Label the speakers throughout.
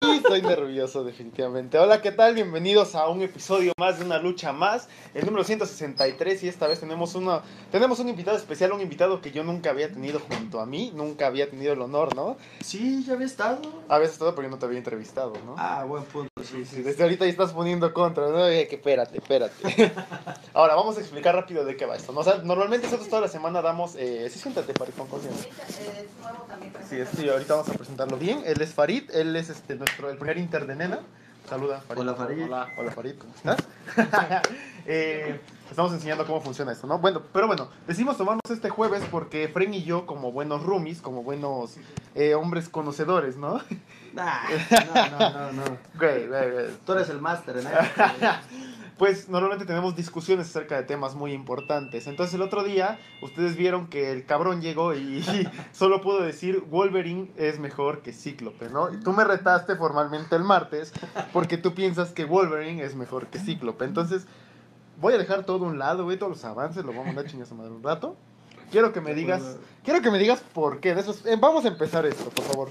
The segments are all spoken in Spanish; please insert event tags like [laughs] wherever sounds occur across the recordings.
Speaker 1: Estoy nervioso, definitivamente. Hola, ¿qué tal? Bienvenidos a un episodio más de Una Lucha Más, el número 163. Y esta vez tenemos, una, tenemos un invitado especial, un invitado que yo nunca había tenido junto a mí, nunca había tenido el honor, ¿no?
Speaker 2: Sí, ya había estado.
Speaker 1: Habías estado porque no te había entrevistado, ¿no?
Speaker 2: Ah, buen punto, sí, sí.
Speaker 1: Desde ahorita ya estás poniendo contra, ¿no? Eh, que espérate, espérate. Ahora, vamos a explicar rápido de qué va esto. ¿no? O sea, normalmente nosotros toda la semana damos... Eh, sí, siéntate, Farid, con conciencia. Sí, es- sí, ahorita vamos a presentarlo bien. Él es Farid, él es este, nuestro, el primer inter de nena. Saluda, Farid.
Speaker 2: Hola, Farid.
Speaker 1: Hola, hola, Farid, ¿cómo estás? [laughs] Eh, estamos enseñando cómo funciona esto, ¿no? Bueno, pero bueno, decidimos tomarnos este jueves porque Fren y yo, como buenos roomies, como buenos eh, hombres conocedores, ¿no?
Speaker 2: Nah, [laughs] no, no, no, no.
Speaker 1: Güey, güey, güey.
Speaker 2: Tú eres el máster, ¿eh? [laughs] ¿no?
Speaker 1: Pues normalmente tenemos discusiones acerca de temas muy importantes. Entonces el otro día ustedes vieron que el cabrón llegó y [laughs] solo pudo decir Wolverine es mejor que Cíclope, ¿no? Y Tú me retaste formalmente el martes porque tú piensas que Wolverine es mejor que Cíclope. Entonces voy a dejar todo a un lado, güey, todos los avances, los vamos a dar chingas a madre un rato. Quiero que me digas, quiero que me digas por qué. De esos- eh, vamos a empezar esto, por favor.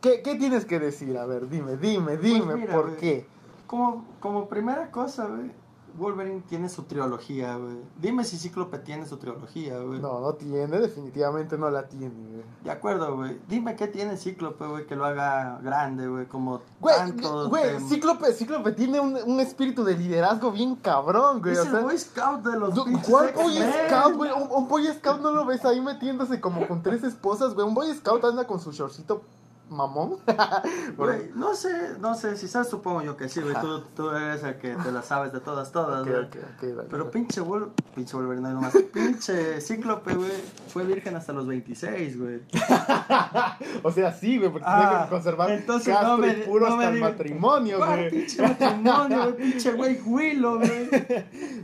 Speaker 1: ¿Qué, qué tienes que decir? A ver, dime, dime, dime,
Speaker 2: Pues mira,
Speaker 1: ¿por
Speaker 2: güey.
Speaker 1: qué?
Speaker 2: Como, como primera cosa, güey, Wolverine tiene su trilogía, güey. Dime si Cíclope tiene su trilogía, güey.
Speaker 1: No, no tiene, definitivamente no la tiene, güey.
Speaker 2: De acuerdo, güey. Dime qué tiene Cíclope, güey, que lo haga grande, güey, como
Speaker 1: Güey,
Speaker 2: tanto...
Speaker 1: güey, Cíclope, Cíclope tiene un, un espíritu de liderazgo bien cabrón, güey.
Speaker 2: Es
Speaker 1: o
Speaker 2: el
Speaker 1: sea,
Speaker 2: Boy Scout de los
Speaker 1: du-
Speaker 2: pinches
Speaker 1: ¿Cuál Boy
Speaker 2: X-Men.
Speaker 1: Scout, güey? Un, un Boy Scout no lo ves ahí metiéndose como con tres esposas, güey. Un Boy Scout anda con su shortcito mamón. [laughs]
Speaker 2: Güey, no sé, no sé, si sabes, supongo yo que sí, güey. Tú, tú eres el que te la sabes de todas, todas,
Speaker 1: Ok,
Speaker 2: güey.
Speaker 1: ok, ok, dale,
Speaker 2: Pero
Speaker 1: dale.
Speaker 2: pinche Wol... Pinche Wolverine,
Speaker 1: [laughs]
Speaker 2: no nomás. pinche Cíclope, güey. Fue virgen hasta los 26, güey.
Speaker 1: O sea, sí, güey, porque
Speaker 2: Ah,
Speaker 1: tiene que conservar
Speaker 2: entonces
Speaker 1: castro
Speaker 2: no me-
Speaker 1: y puro
Speaker 2: no me
Speaker 1: hasta el
Speaker 2: digas-
Speaker 1: matrimonio,
Speaker 2: ¿Cuál
Speaker 1: güey.
Speaker 2: Ah, pinche matrimonio, güey? Pinche güey Willow, güey.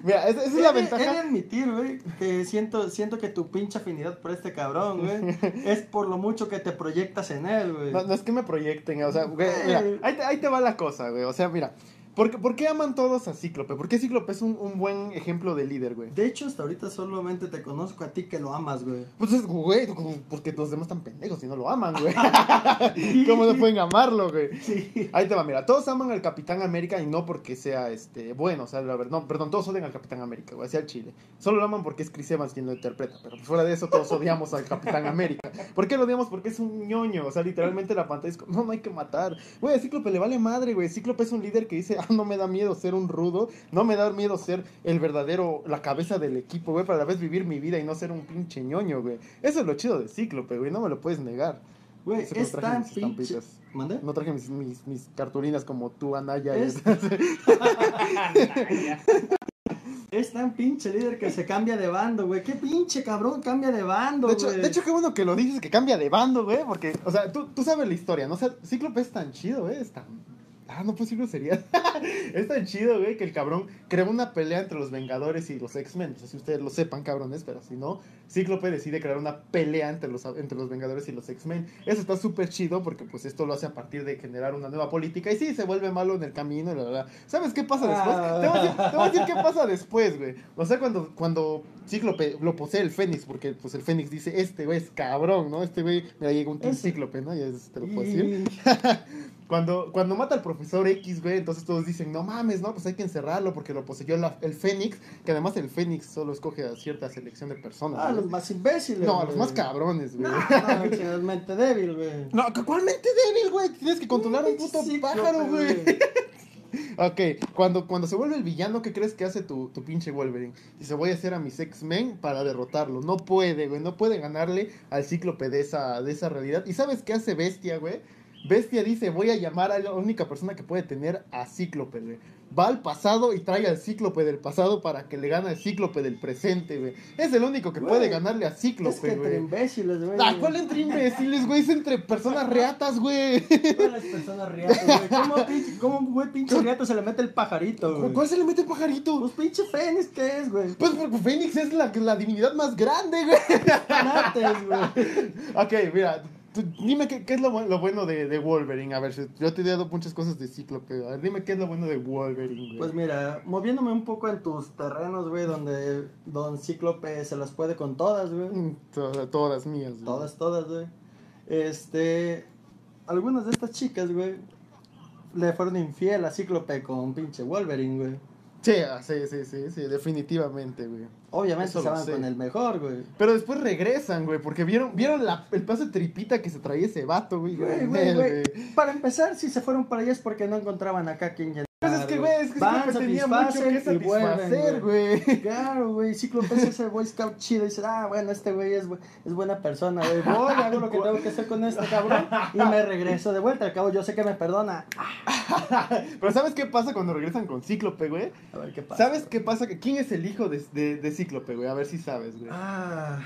Speaker 1: Mira, [laughs] esa, esa es la
Speaker 2: He de- He de
Speaker 1: ventaja.
Speaker 2: admitir, güey, que siento, siento que tu pinche afinidad por este
Speaker 1: [laughs]
Speaker 2: cabrón, güey, es por lo mucho que te proyectas en él, güey.
Speaker 1: No, no es que me proyecten, o sea, güey, mira, ahí te, ahí te va la cosa, güey. O sea, mira, ¿por, qué- ¿por qué aman todos a Cíclope? ¿Por qué Cíclope es un, un buen ejemplo de líder, güey?
Speaker 2: De hecho, hasta ahorita solamente te conozco a ti que lo amas, güey.
Speaker 1: Pues es, güey, porque los demás están pendejos y no lo aman, güey. [laughs] ¿Cómo no pueden amarlo, güey?
Speaker 2: [laughs] Sí.
Speaker 1: Ahí te va, mira, todos aman al Capitán América y no porque sea, este, bueno, o sea, la verdad, no, perdón, todos odian al Capitán América, güey, hacia el Chile. Solo lo aman porque es Chris Evans quien lo interpreta, pero pues fuera de eso todos odiamos al Capitán América. ¿Por qué lo odiamos? Porque es un ñoño, o sea, literalmente la pantalla es como, no, no hay que matar. Güey, a Cíclope le vale madre, güey, Cíclope es un líder que dice, ah, no me da miedo ser un rudo, no me da miedo ser el verdadero, la cabeza del equipo, güey, para a la vez vivir mi vida y no ser un pinche ñoño, güey. Eso es lo chido de Cíclope, güey, no me lo puedes negar.
Speaker 2: Güey,
Speaker 1: Eso que
Speaker 2: es
Speaker 1: no traje
Speaker 2: tan
Speaker 1: mis
Speaker 2: pinche.
Speaker 1: estampitas.
Speaker 2: ¿Mande?
Speaker 1: No traje mis, mis, mis cartulinas como tú, Anaya. y-
Speaker 2: Es... [laughs] es tan pinche líder que se cambia de bando, güey. ¿Qué pinche cabrón cambia de bando,
Speaker 1: [laughs] De hecho,
Speaker 2: güey?
Speaker 1: de hecho, qué bueno que lo dices, que cambia de bando, güey. Porque, o sea, tú, tú sabes la historia, ¿no? O sea, Cíclope es tan chido, güey. Es tan... Ah, no, pues sí sería. [laughs] es tan chido, güey, que el cabrón creó una pelea entre los Vengadores y los X-Men. No sé si ustedes lo sepan, cabrones, pero si no, Cíclope decide crear una pelea entre los, entre los Vengadores y los X-Men. Eso está súper chido porque, pues, esto lo hace a partir de generar una nueva política. Y sí, se vuelve malo en el camino, la verdad. ¿Sabes qué pasa después?
Speaker 2: Ah.
Speaker 1: Te voy a decir- te voy a decir qué pasa después, güey. O sea, cuando, cuando Cíclope lo posee el Fénix, porque pues el Fénix dice, este güey es cabrón, ¿no? Este güey, mira, llega un Team
Speaker 2: Ese-
Speaker 1: Cíclope, ¿no? Ya es- te lo puedo decir.
Speaker 2: Y-
Speaker 1: Cuando, cuando mata al profesor X, güey, entonces todos dicen, no mames, no, pues hay que encerrarlo porque lo poseyó la- el Fénix, que además el Fénix solo escoge a cierta selección de personas.
Speaker 2: Ah,
Speaker 1: güey.
Speaker 2: los más imbéciles.
Speaker 1: no, a los
Speaker 2: güey.
Speaker 1: más cabrones, güey.
Speaker 2: No, no, que es mente débil, güey.
Speaker 1: No, ¿cuál mente débil, güey? Tienes que controlar a un puto
Speaker 2: Cíclope,
Speaker 1: pájaro, güey. Ok, cuando, cuando se vuelve el villano, ¿qué crees que hace tu, tu pinche Wolverine? Dice, voy a hacer a mis X-Men para derrotarlo. No puede, güey, no puede ganarle al cíclope de esa, de esa realidad. ¿Y sabes qué hace Bestia, güey? Bestia dice, voy a llamar a la única persona que puede tener a Cíclope, güey. Va al pasado y trae al Cíclope del pasado para que le gane al Cíclope del presente, güey. Es el único que
Speaker 2: Güey,
Speaker 1: puede ganarle a Cíclope,
Speaker 2: Es que entre
Speaker 1: güey.
Speaker 2: imbéciles, güey.
Speaker 1: Ah, ¿cuál entre imbéciles, güey? Es entre personas reatas, güey.
Speaker 2: Todas las personas riatas, güey. ¿Cómo, pinche- ¿Cómo, güey, pinche riato se le mete el pajarito, güey?
Speaker 1: ¿Cuál se le mete el pajarito?
Speaker 2: Pues pinche Fénix, ¿qué es, güey?
Speaker 1: Pues porque Fénix es la, la divinidad más grande, güey. [laughs]
Speaker 2: Antes, güey.
Speaker 1: ok, mira, tú dime qué, qué es lo, bu- lo bueno de, de Wolverine. A ver, si- yo te he dado muchas cosas de Cíclope. A ver, dime qué es lo bueno de Wolverine, güey.
Speaker 2: Pues mira, moviéndome un poco en tus terrenos, güey, donde Don Cíclope se las puede con todas, güey.
Speaker 1: Mm, to- todas mías. güey.
Speaker 2: Todas, todas, güey. Este. Algunas de estas chicas, güey, le fueron infiel a Cíclope con pinche Wolverine, güey.
Speaker 1: Sí, ah, sí, sí, sí, sí, definitivamente, güey.
Speaker 2: Obviamente
Speaker 1: Eso
Speaker 2: se
Speaker 1: lo
Speaker 2: van
Speaker 1: sé.
Speaker 2: con el mejor, güey.
Speaker 1: Pero después regresan, güey, porque vieron, vieron la, el paso de tripita que se traía ese vato, güey.
Speaker 2: Güey,
Speaker 1: con
Speaker 2: güey,
Speaker 1: él,
Speaker 2: güey. Para empezar, si se fueron para allá es porque no encontraban acá quien llenar.
Speaker 1: Pues es que, güey, es que
Speaker 2: Van,
Speaker 1: Cíclope tenía mucho que
Speaker 2: satisfacen y vuelven,
Speaker 1: satisfacer,
Speaker 2: güey.
Speaker 1: güey.
Speaker 2: Claro, güey, Cíclope es ese Boy Scout chido. Y dice, ah, bueno, este güey es, bu- es buena persona, güey. Voy, hago lo que tengo que hacer con este cabrón y me regreso de vuelta. Al cabo, yo sé que me perdona.
Speaker 1: [laughs] Pero ¿sabes qué pasa cuando regresan con Cíclope, güey?
Speaker 2: A ver qué pasa.
Speaker 1: ¿Sabes qué pasa? ¿Quién es el hijo de, de, de Cíclope, güey? A ver si sabes, güey.
Speaker 2: Ah,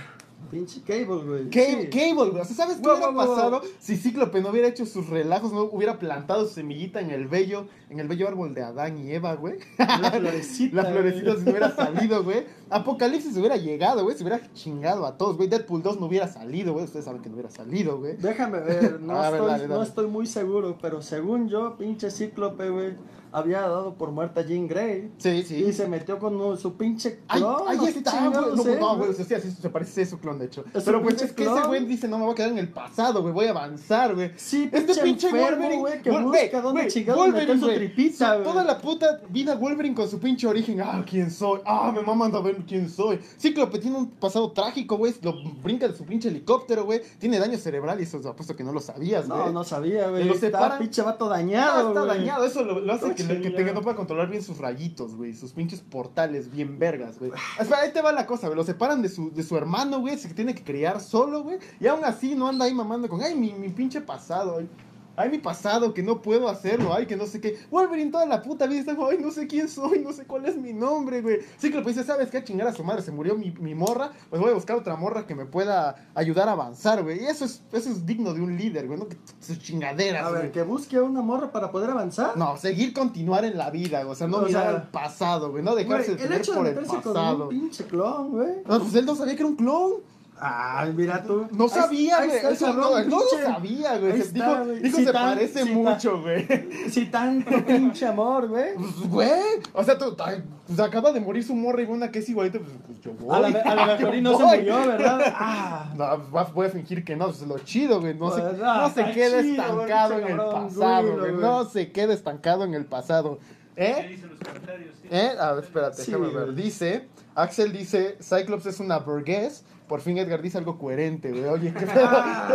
Speaker 2: pinche Cable, güey.
Speaker 1: Cable,
Speaker 2: Sí.
Speaker 1: Cable, güey. O sea, ¿sabes qué
Speaker 2: Wow,
Speaker 1: hubiera
Speaker 2: wow, wow.
Speaker 1: pasado si Cíclope no hubiera hecho sus relajos, no hubiera plantado su semillita en el bello, en el bello árbol de Adán y Eva, güey? [laughs]
Speaker 2: La florecita.
Speaker 1: La florecita
Speaker 2: güey.
Speaker 1: se hubiera salido, güey. Apocalipsis se hubiera llegado, güey. Se hubiera chingado a todos, güey. Deadpool 2 no hubiera salido, güey. Ustedes saben que no hubiera salido, güey.
Speaker 2: Déjame ver, no,
Speaker 1: [laughs] A ver,
Speaker 2: estoy,
Speaker 1: dale,
Speaker 2: no
Speaker 1: dale.
Speaker 2: estoy muy seguro, pero según yo, pinche Cíclope, güey, había dado por muerta a Jean Grey.
Speaker 1: Sí, sí.
Speaker 2: Y se metió con un- su pinche
Speaker 1: Ahí,
Speaker 2: clon.
Speaker 1: ahí
Speaker 2: ¿o qué
Speaker 1: está, güey.
Speaker 2: chingados,
Speaker 1: No,
Speaker 2: eh,
Speaker 1: no, güey. O sea, sí, así se parece a su clon, de hecho.
Speaker 2: Es
Speaker 1: Pero
Speaker 2: un
Speaker 1: pues
Speaker 2: pinche
Speaker 1: es que
Speaker 2: clon.
Speaker 1: ese güey dice, no me voy a quedar en el pasado, güey. Voy a avanzar, güey.
Speaker 2: Sí,
Speaker 1: Este pinche
Speaker 2: enfermo,
Speaker 1: Wolverine,
Speaker 2: güey, que
Speaker 1: Wol-
Speaker 2: busca
Speaker 1: güey,
Speaker 2: dónde
Speaker 1: güey,
Speaker 2: chingados
Speaker 1: Wolverine,
Speaker 2: meter su
Speaker 1: güey.
Speaker 2: tripita, güey.
Speaker 1: Toda la puta vida Wolverine con su pinche origen. Ah, ¿quién soy? Ah, me maman a ver quién soy. Cíclope tiene un pasado trágico, güey. Lo brinca de su pinche helicóptero, güey. Tiene daño cerebral y eso apuesto que no lo sabías, güey.
Speaker 2: No, no sabía, güey.
Speaker 1: Y lo
Speaker 2: Estaba
Speaker 1: eh, separan.
Speaker 2: pinche vato
Speaker 1: Ah,
Speaker 2: dañado,
Speaker 1: está
Speaker 2: güey.
Speaker 1: dañado, eso lo, lo hace que,
Speaker 2: Chinga.
Speaker 1: que tenga- no pueda controlar bien sus rayitos, güey, sus pinches portales bien vergas, güey. Espera, ahí te va la cosa, güey, lo separan de su, de su hermano, güey, se tiene que criar solo, güey, y aún así no anda ahí mamando con, ay, mi, mi pinche pasado, ay, ay, mi pasado, que no puedo hacerlo, ay, que no sé qué. Wolverine toda la puta vida está como, ay, no sé quién soy, no sé cuál es mi nombre, güey. Cíclope dice, ¿sabes qué? A Chingar a su madre, se murió mi, mi morra, pues voy a buscar otra morra que me pueda ayudar a avanzar, güey. Y eso es, eso es digno de un líder, güey, no que sus chingaderas,
Speaker 2: A
Speaker 1: güey.
Speaker 2: ver, que busque a una morra para poder avanzar.
Speaker 1: No, seguir continuar en la vida, o sea, no
Speaker 2: O
Speaker 1: mirar
Speaker 2: sea,
Speaker 1: al pasado, güey, no
Speaker 2: Güey,
Speaker 1: dejarse
Speaker 2: el
Speaker 1: tener
Speaker 2: hecho de
Speaker 1: por el
Speaker 2: meterse con un
Speaker 1: pasado.
Speaker 2: pinche clon, güey.
Speaker 1: No, pues él no sabía que era un clon.
Speaker 2: Ay, mira tú.
Speaker 1: No
Speaker 2: Ahí-
Speaker 1: sabía,
Speaker 2: ahí
Speaker 1: güey.
Speaker 2: está el
Speaker 1: Eso
Speaker 2: cabrón,
Speaker 1: no, él no lo
Speaker 2: pinche.
Speaker 1: sabía, güey.
Speaker 2: Ahí
Speaker 1: Se-
Speaker 2: está,
Speaker 1: Dijo,
Speaker 2: güey.
Speaker 1: dijo
Speaker 2: Sí,
Speaker 1: se
Speaker 2: tan-
Speaker 1: parece
Speaker 2: sí, tan-
Speaker 1: mucho, güey.
Speaker 2: Si
Speaker 1: [laughs]
Speaker 2: tanto pinche amor, güey.
Speaker 1: Pues, Güey, o sea, tú, ay, pues, acaba de morir su morra y una que es igualita, pues, pues, yo voy.
Speaker 2: A la,
Speaker 1: [laughs]
Speaker 2: a la mejor
Speaker 1: yo
Speaker 2: y no se
Speaker 1: voy.
Speaker 2: murió,
Speaker 1: [laughs]
Speaker 2: ¿verdad? Ah.
Speaker 1: No, pues, va- voy a fingir que no, pues lo chido, güey. No,
Speaker 2: Pues,
Speaker 1: se,
Speaker 2: ah,
Speaker 1: no se
Speaker 2: está
Speaker 1: queda
Speaker 2: chido,
Speaker 1: estancado
Speaker 2: güey,
Speaker 1: en el
Speaker 2: cabrón,
Speaker 1: pasado,
Speaker 2: güey,
Speaker 1: güey.
Speaker 2: güey.
Speaker 1: No se queda estancado en el pasado. ¿Eh?
Speaker 3: ¿Qué dicen los comentarios? ¿Sí?
Speaker 1: ¿Eh? A ver, espérate,
Speaker 2: Sí,
Speaker 1: déjame ver.
Speaker 2: güey.
Speaker 1: Dice, Axel dice, Cyclops es una burgués. Por fin Edgar dice algo coherente, güey. Oye, qué
Speaker 2: [laughs]
Speaker 1: pedo.
Speaker 2: Ah,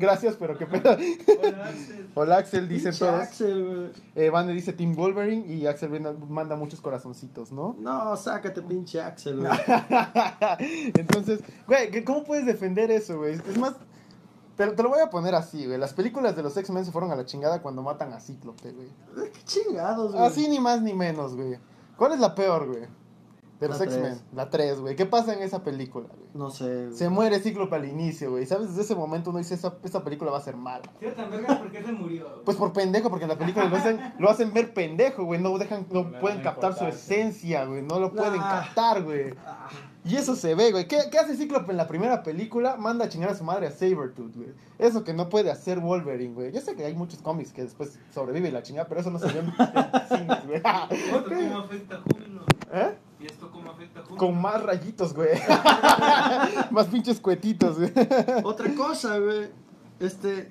Speaker 1: Gracias, pero qué pedo.
Speaker 3: Hola, Axel.
Speaker 1: Hola, Axel, [laughs] dicen
Speaker 2: pinche
Speaker 1: todos.
Speaker 2: Axel, güey.
Speaker 1: Eh, Vane dice Team Wolverine y Axel Brenda manda muchos corazoncitos, ¿no?
Speaker 2: No, sácate, pinche
Speaker 1: [laughs]
Speaker 2: Axel, güey.
Speaker 1: Entonces, güey, ¿qué- ¿cómo puedes defender eso, güey? Es más, te, te lo voy a poner así, güey. Las películas de los X-Men se fueron a la chingada cuando matan a Cíclope, güey.
Speaker 2: Qué chingados, güey.
Speaker 1: Así ni más ni menos, güey. ¿Cuál es la peor, güey? De los
Speaker 2: La tres.
Speaker 1: X-Men. La 3, güey. ¿Qué pasa en esa película, güey?
Speaker 2: No sé, güey.
Speaker 1: Se muere Cíclope al inicio, güey. ¿Sabes? Desde ese momento uno dice, esa, esa película va a ser mala.
Speaker 3: Tío, tan verga, ¿por qué se murió?
Speaker 1: Pues por pendejo, porque en la película lo hacen, lo hacen ver pendejo, güey. No dejan, no
Speaker 3: No le
Speaker 1: pueden
Speaker 3: dan
Speaker 1: captar su
Speaker 3: importancia.
Speaker 1: esencia, güey. No lo pueden
Speaker 2: Ah.
Speaker 1: captar, güey.
Speaker 2: Ah.
Speaker 1: Y eso se ve, güey. ¿Qué, qué hace Cíclope en la primera película? Manda a chingar a su madre a Sabretooth, güey. Eso que no puede hacer Wolverine, güey. Yo sé que hay muchos cómics que después sobrevive y la chingada, pero eso no se ve en [laughs] en cines, güey. [laughs]
Speaker 3: ¿Y esto cómo afecta a Júbilo?
Speaker 1: ¿Eh?
Speaker 3: ¿Y esto cómo afecta a Júbilo?
Speaker 1: Con más rayitos, güey. [laughs] más pinches cuetitos, güey.
Speaker 2: Otra cosa, güey. Este.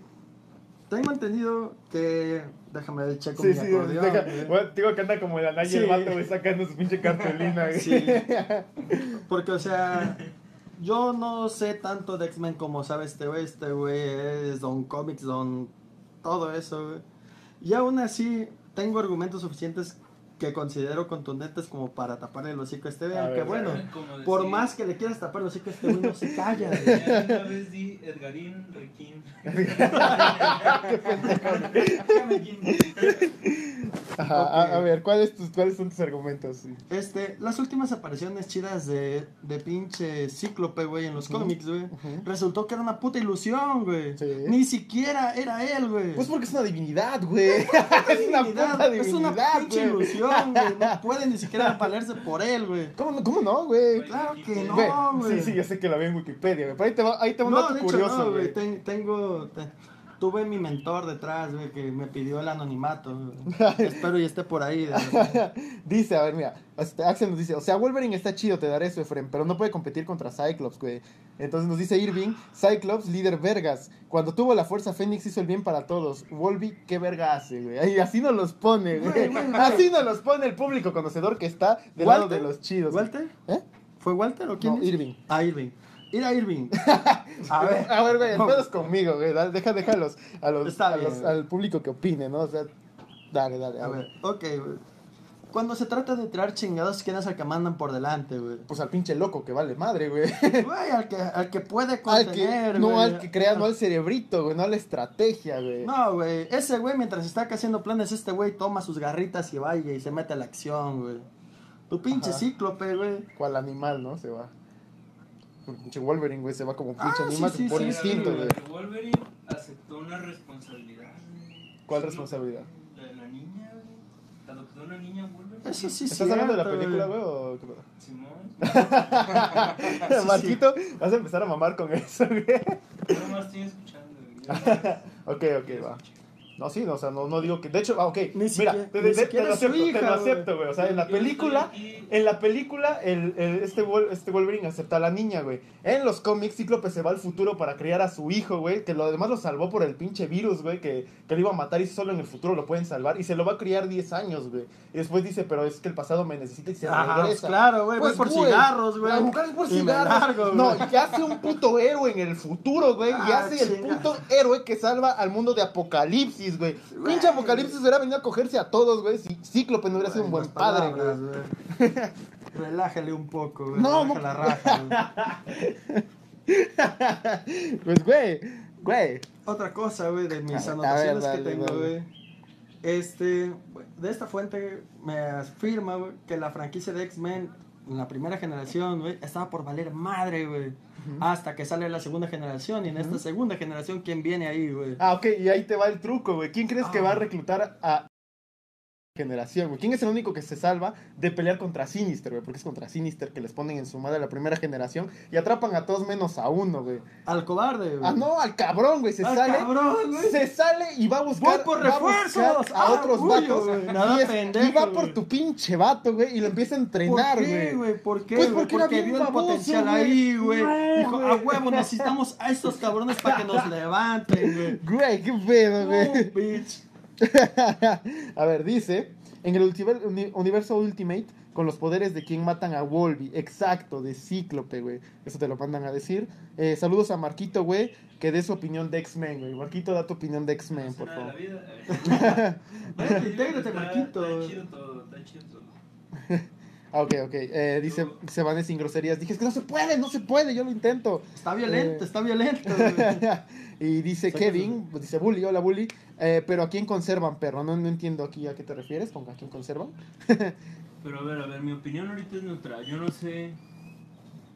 Speaker 2: Tengo entendido que. Déjame ver, checo
Speaker 1: Sí,
Speaker 2: mi
Speaker 1: sí,
Speaker 2: acordeón,
Speaker 1: deja-
Speaker 2: güey.
Speaker 1: bueno, digo que anda como el anaya
Speaker 2: Sí.
Speaker 1: el vato, güey, sacando su pinche cartulina, güey.
Speaker 2: Sí. Porque, o sea. Yo no sé tanto de X-Men como sabe este güey. Este güey es Don Comics, Don. Todo eso, güey. Y aún así, tengo argumentos suficientes que considero contundentes como para taparle el hocico a este güey.
Speaker 1: A
Speaker 2: Aunque
Speaker 1: ver,
Speaker 2: bueno,
Speaker 3: Como decía-
Speaker 2: por más que le quieras tapar el hocico a este güey, no se calla,
Speaker 3: [laughs] Ya [laughs]
Speaker 2: güey.
Speaker 3: Una vez di Edgarín,
Speaker 1: [laughs]
Speaker 3: Requín.
Speaker 1: Ajá, a-
Speaker 2: Ok.
Speaker 1: a, ver, ¿cuáles, tus, ¿cuáles son tus argumentos? Sí.
Speaker 2: Este, las últimas apariciones chidas de, de pinche Cíclope, güey, en los
Speaker 1: Ujú.
Speaker 2: cómics, güey. Resultó que era una puta ilusión, güey.
Speaker 1: Sí.
Speaker 2: Ni siquiera era él, güey.
Speaker 1: Pues [laughs] porque es una divinidad, güey. [laughs] es una puta
Speaker 2: es una
Speaker 1: divinidad,
Speaker 2: pinche
Speaker 1: güey.
Speaker 2: ilusión, güey.
Speaker 1: [laughs]
Speaker 2: No puede ni siquiera valerse por él, güey.
Speaker 1: ¿Cómo, no- ¿Cómo no, güey?
Speaker 2: Claro que
Speaker 1: Güey,
Speaker 2: no, güey.
Speaker 1: Sí, sí, ya sé que la vi en Wikipedia, güey. Pero ahí te va, ahí te va un
Speaker 2: No,
Speaker 1: dato
Speaker 2: de hecho,
Speaker 1: curioso,
Speaker 2: no,
Speaker 1: güey.
Speaker 2: Ten- tengo. te- tuve mi mentor detrás, güey, que me pidió el anonimato.
Speaker 1: [laughs]
Speaker 2: güey. Espero y esté por ahí. de verdad.
Speaker 1: Dice, a ver, mira, este, Axel nos dice, o sea, Wolverine está chido, te daré su Efren, pero no puede competir contra Cyclops, güey. Entonces nos dice Irving, Cyclops, líder vergas. Cuando tuvo la fuerza Fénix hizo el bien para todos. Wolby, qué verga hace, güey. Y así nos los pone, güey. Así nos los pone el público conocedor que está del lado
Speaker 2: ¿Walter?
Speaker 1: de los chidos. güey.
Speaker 2: ¿Walter?
Speaker 1: ¿Eh?
Speaker 2: ¿Fue Walter o quién?
Speaker 1: No,
Speaker 2: es?
Speaker 1: Irving.
Speaker 2: Ah, Irving. Ir
Speaker 1: [laughs]
Speaker 2: a Irving.
Speaker 1: A ver, a ver, güey, el
Speaker 2: No.
Speaker 1: pedo es conmigo, güey. Dale, Deja, deja a los, a los-
Speaker 2: Está
Speaker 1: a
Speaker 2: bien,
Speaker 1: los-
Speaker 2: güey.
Speaker 1: al público que opine, ¿no? O sea, dale, dale.
Speaker 2: A ver, ok, güey. Cuando se trata de tirar chingados, ¿quién es el que mandan por delante, güey?
Speaker 1: Pues al pinche loco que vale madre, güey.
Speaker 2: Güey, al que, al que
Speaker 1: [laughs]
Speaker 2: puede
Speaker 1: Al que,
Speaker 2: contener, güey.
Speaker 1: no al que crea,
Speaker 2: [laughs]
Speaker 1: no al cerebrito, güey, no a la estrategia, güey.
Speaker 2: No, güey. Ese güey, mientras está haciendo planes, este güey toma sus garritas y vaya y se mete a la acción, güey. Tu pinche
Speaker 1: Ajá.
Speaker 2: cíclope, güey.
Speaker 1: Cual animal, ¿no? Se va. Un Pinche Wolverine, güey, se va como
Speaker 2: Ah,
Speaker 1: pinche
Speaker 2: sí,
Speaker 1: animal
Speaker 2: sí,
Speaker 1: por
Speaker 2: sí,
Speaker 1: instinto,
Speaker 2: sí,
Speaker 1: güey.
Speaker 3: Wolverine aceptó una responsabilidad. güey.
Speaker 1: ¿Cuál
Speaker 3: Sí,
Speaker 1: responsabilidad?
Speaker 3: La de la niña, güey. Adoptó una niña Wolverine.
Speaker 2: Eso sí,
Speaker 1: ¿Estás
Speaker 2: cierto,
Speaker 1: hablando de la película, güey? o qué pedo?
Speaker 3: Simón.
Speaker 2: Ah, sí.
Speaker 1: Marquito, vas a empezar a mamar con [laughs] eso, güey.
Speaker 3: Yo nomás estoy escuchando, güey. Yo nomás
Speaker 1: [laughs] Ok,
Speaker 3: estoy
Speaker 1: ok, va. No, sí, no, o sea, no, no digo que. De hecho, ah, ok.
Speaker 2: Ni
Speaker 1: Mira,
Speaker 2: siquiera-
Speaker 1: te,
Speaker 2: ni
Speaker 1: te- te
Speaker 2: siquiera
Speaker 1: lo
Speaker 2: es su
Speaker 1: acepto, te
Speaker 2: hija,
Speaker 1: lo
Speaker 2: güey.
Speaker 1: acepto, güey. O sea, en la
Speaker 3: Yo estoy
Speaker 1: película.
Speaker 3: aquí.
Speaker 1: En la película, el, el- este, Wol- este Wolverine acepta a la niña, güey. En los cómics, Cíclope se va al futuro para criar a su hijo, güey. Que lo demás lo salvó por el pinche virus, güey. Que, que lo iba a matar y solo en el futuro lo pueden salvar. Y se lo va a criar 10 años, güey. Y después dice, pero es que el pasado me necesita y se
Speaker 2: Ajá, pues
Speaker 1: regresa.
Speaker 2: claro, güey.
Speaker 1: Pues,
Speaker 2: voy por
Speaker 1: güey,
Speaker 2: cigarros, güey.
Speaker 1: La mujer es por
Speaker 2: Y me
Speaker 1: cigarros.
Speaker 2: largo, güey.
Speaker 1: no, y hace un puto héroe en el futuro, güey. y
Speaker 2: Ah,
Speaker 1: hace el
Speaker 2: chinga.
Speaker 1: puto héroe que salva al mundo de Apocalipsis, güey.
Speaker 2: Güey.
Speaker 1: Pinche Apocalipsis hubiera venido a cogerse a todos, güey. Si Cíclope no hubiera sido un buen
Speaker 2: Buenas
Speaker 1: padre, güey.
Speaker 2: palabras,
Speaker 1: [laughs]
Speaker 2: Relájale un poco, güey.
Speaker 1: No,
Speaker 2: Relaja
Speaker 1: no.
Speaker 2: la raja, güey.
Speaker 1: Pues, güey, güey.
Speaker 2: Otra cosa, güey, de mis
Speaker 1: A ver,
Speaker 2: anotaciones
Speaker 1: dale,
Speaker 2: que tengo,
Speaker 1: dale.
Speaker 2: güey. Este, de esta fuente me afirma, güey, que la franquicia de X-Men, en la primera generación, güey, estaba por valer madre, güey. Hasta que sale la segunda generación. Y en esta
Speaker 1: Ujú.
Speaker 2: segunda generación, ¿quién viene ahí, güey?
Speaker 1: Ah, ok, y ahí te va el truco, güey. ¿Quién crees que
Speaker 2: Ah.
Speaker 1: va a reclutar a generación, güey? ¿Quién es el único que se salva de pelear contra Sinister, güey? Porque es contra Sinister que les ponen en su madre a la primera generación y atrapan a todos menos a uno, güey.
Speaker 2: Al cobarde, güey.
Speaker 1: Ah, no, al cabrón, güey, se
Speaker 2: Al
Speaker 1: sale.
Speaker 2: cabrón, güey.
Speaker 1: Se sale y va a buscar,
Speaker 2: Voy por
Speaker 1: va a buscar
Speaker 2: refuerzos.
Speaker 1: a
Speaker 2: Ah,
Speaker 1: otros
Speaker 2: huyo,
Speaker 1: vatos.
Speaker 2: güey. Nada
Speaker 1: y, es-
Speaker 2: pendejo,
Speaker 1: y va por
Speaker 2: güey.
Speaker 1: tu pinche vato, güey, y lo empieza a entrenar,
Speaker 2: ¿Por qué,
Speaker 1: güey.
Speaker 2: güey? ¿Por qué?
Speaker 1: Pues
Speaker 2: güey?
Speaker 1: porque era bien
Speaker 2: vio
Speaker 1: baboso,
Speaker 2: el potencial
Speaker 1: güey.
Speaker 2: ahí, güey.
Speaker 1: No,
Speaker 2: Dijo,
Speaker 1: güey.
Speaker 2: a huevo, necesitamos a estos cabrones para
Speaker 1: [laughs]
Speaker 2: que nos levanten, güey.
Speaker 1: Güey, qué pedo, güey.
Speaker 2: No, bitch.
Speaker 1: [laughs] a ver, dice, en el ultiver- uni- universo Ultimate, con los poderes de quien matan a Wolby, exacto, de Cíclope, güey. Eso te lo mandan a decir. Eh, saludos a Marquito, güey, que dé su opinión de X-Men, güey. Marquito, da tu opinión de X-Men, por
Speaker 3: Suena de la
Speaker 1: favor.
Speaker 3: vida. A ver.
Speaker 1: [laughs]
Speaker 3: [laughs]
Speaker 2: Vete,
Speaker 3: Está-
Speaker 2: intégrate, Marquito.
Speaker 3: Está chido todo, está chido todo.
Speaker 1: Ah, ok, ok. Eh, dice, se van sin groserías. Dije, es que no se puede, no se puede, yo lo intento.
Speaker 2: Está violento,
Speaker 1: Eh.
Speaker 2: está violento, güey.
Speaker 1: y dice
Speaker 2: Saca
Speaker 1: Kevin, pues, dice Bully, hola Bully, eh, pero ¿a quién conservan, perro? No, no entiendo aquí a qué te refieres con a quién conservan.
Speaker 3: Pero a ver, a ver, mi opinión ahorita es neutral. Yo no sé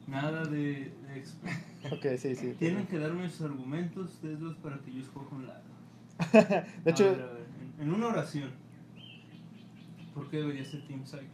Speaker 3: nada de, de X-Men.
Speaker 1: Ok, sí, sí.
Speaker 3: Tienen que darme sus argumentos ustedes dos para que yo escoja un lado.
Speaker 1: De
Speaker 3: a
Speaker 1: hecho,
Speaker 3: ver, a ver, en, en una oración, ¿por qué debería ser Team Cyclo?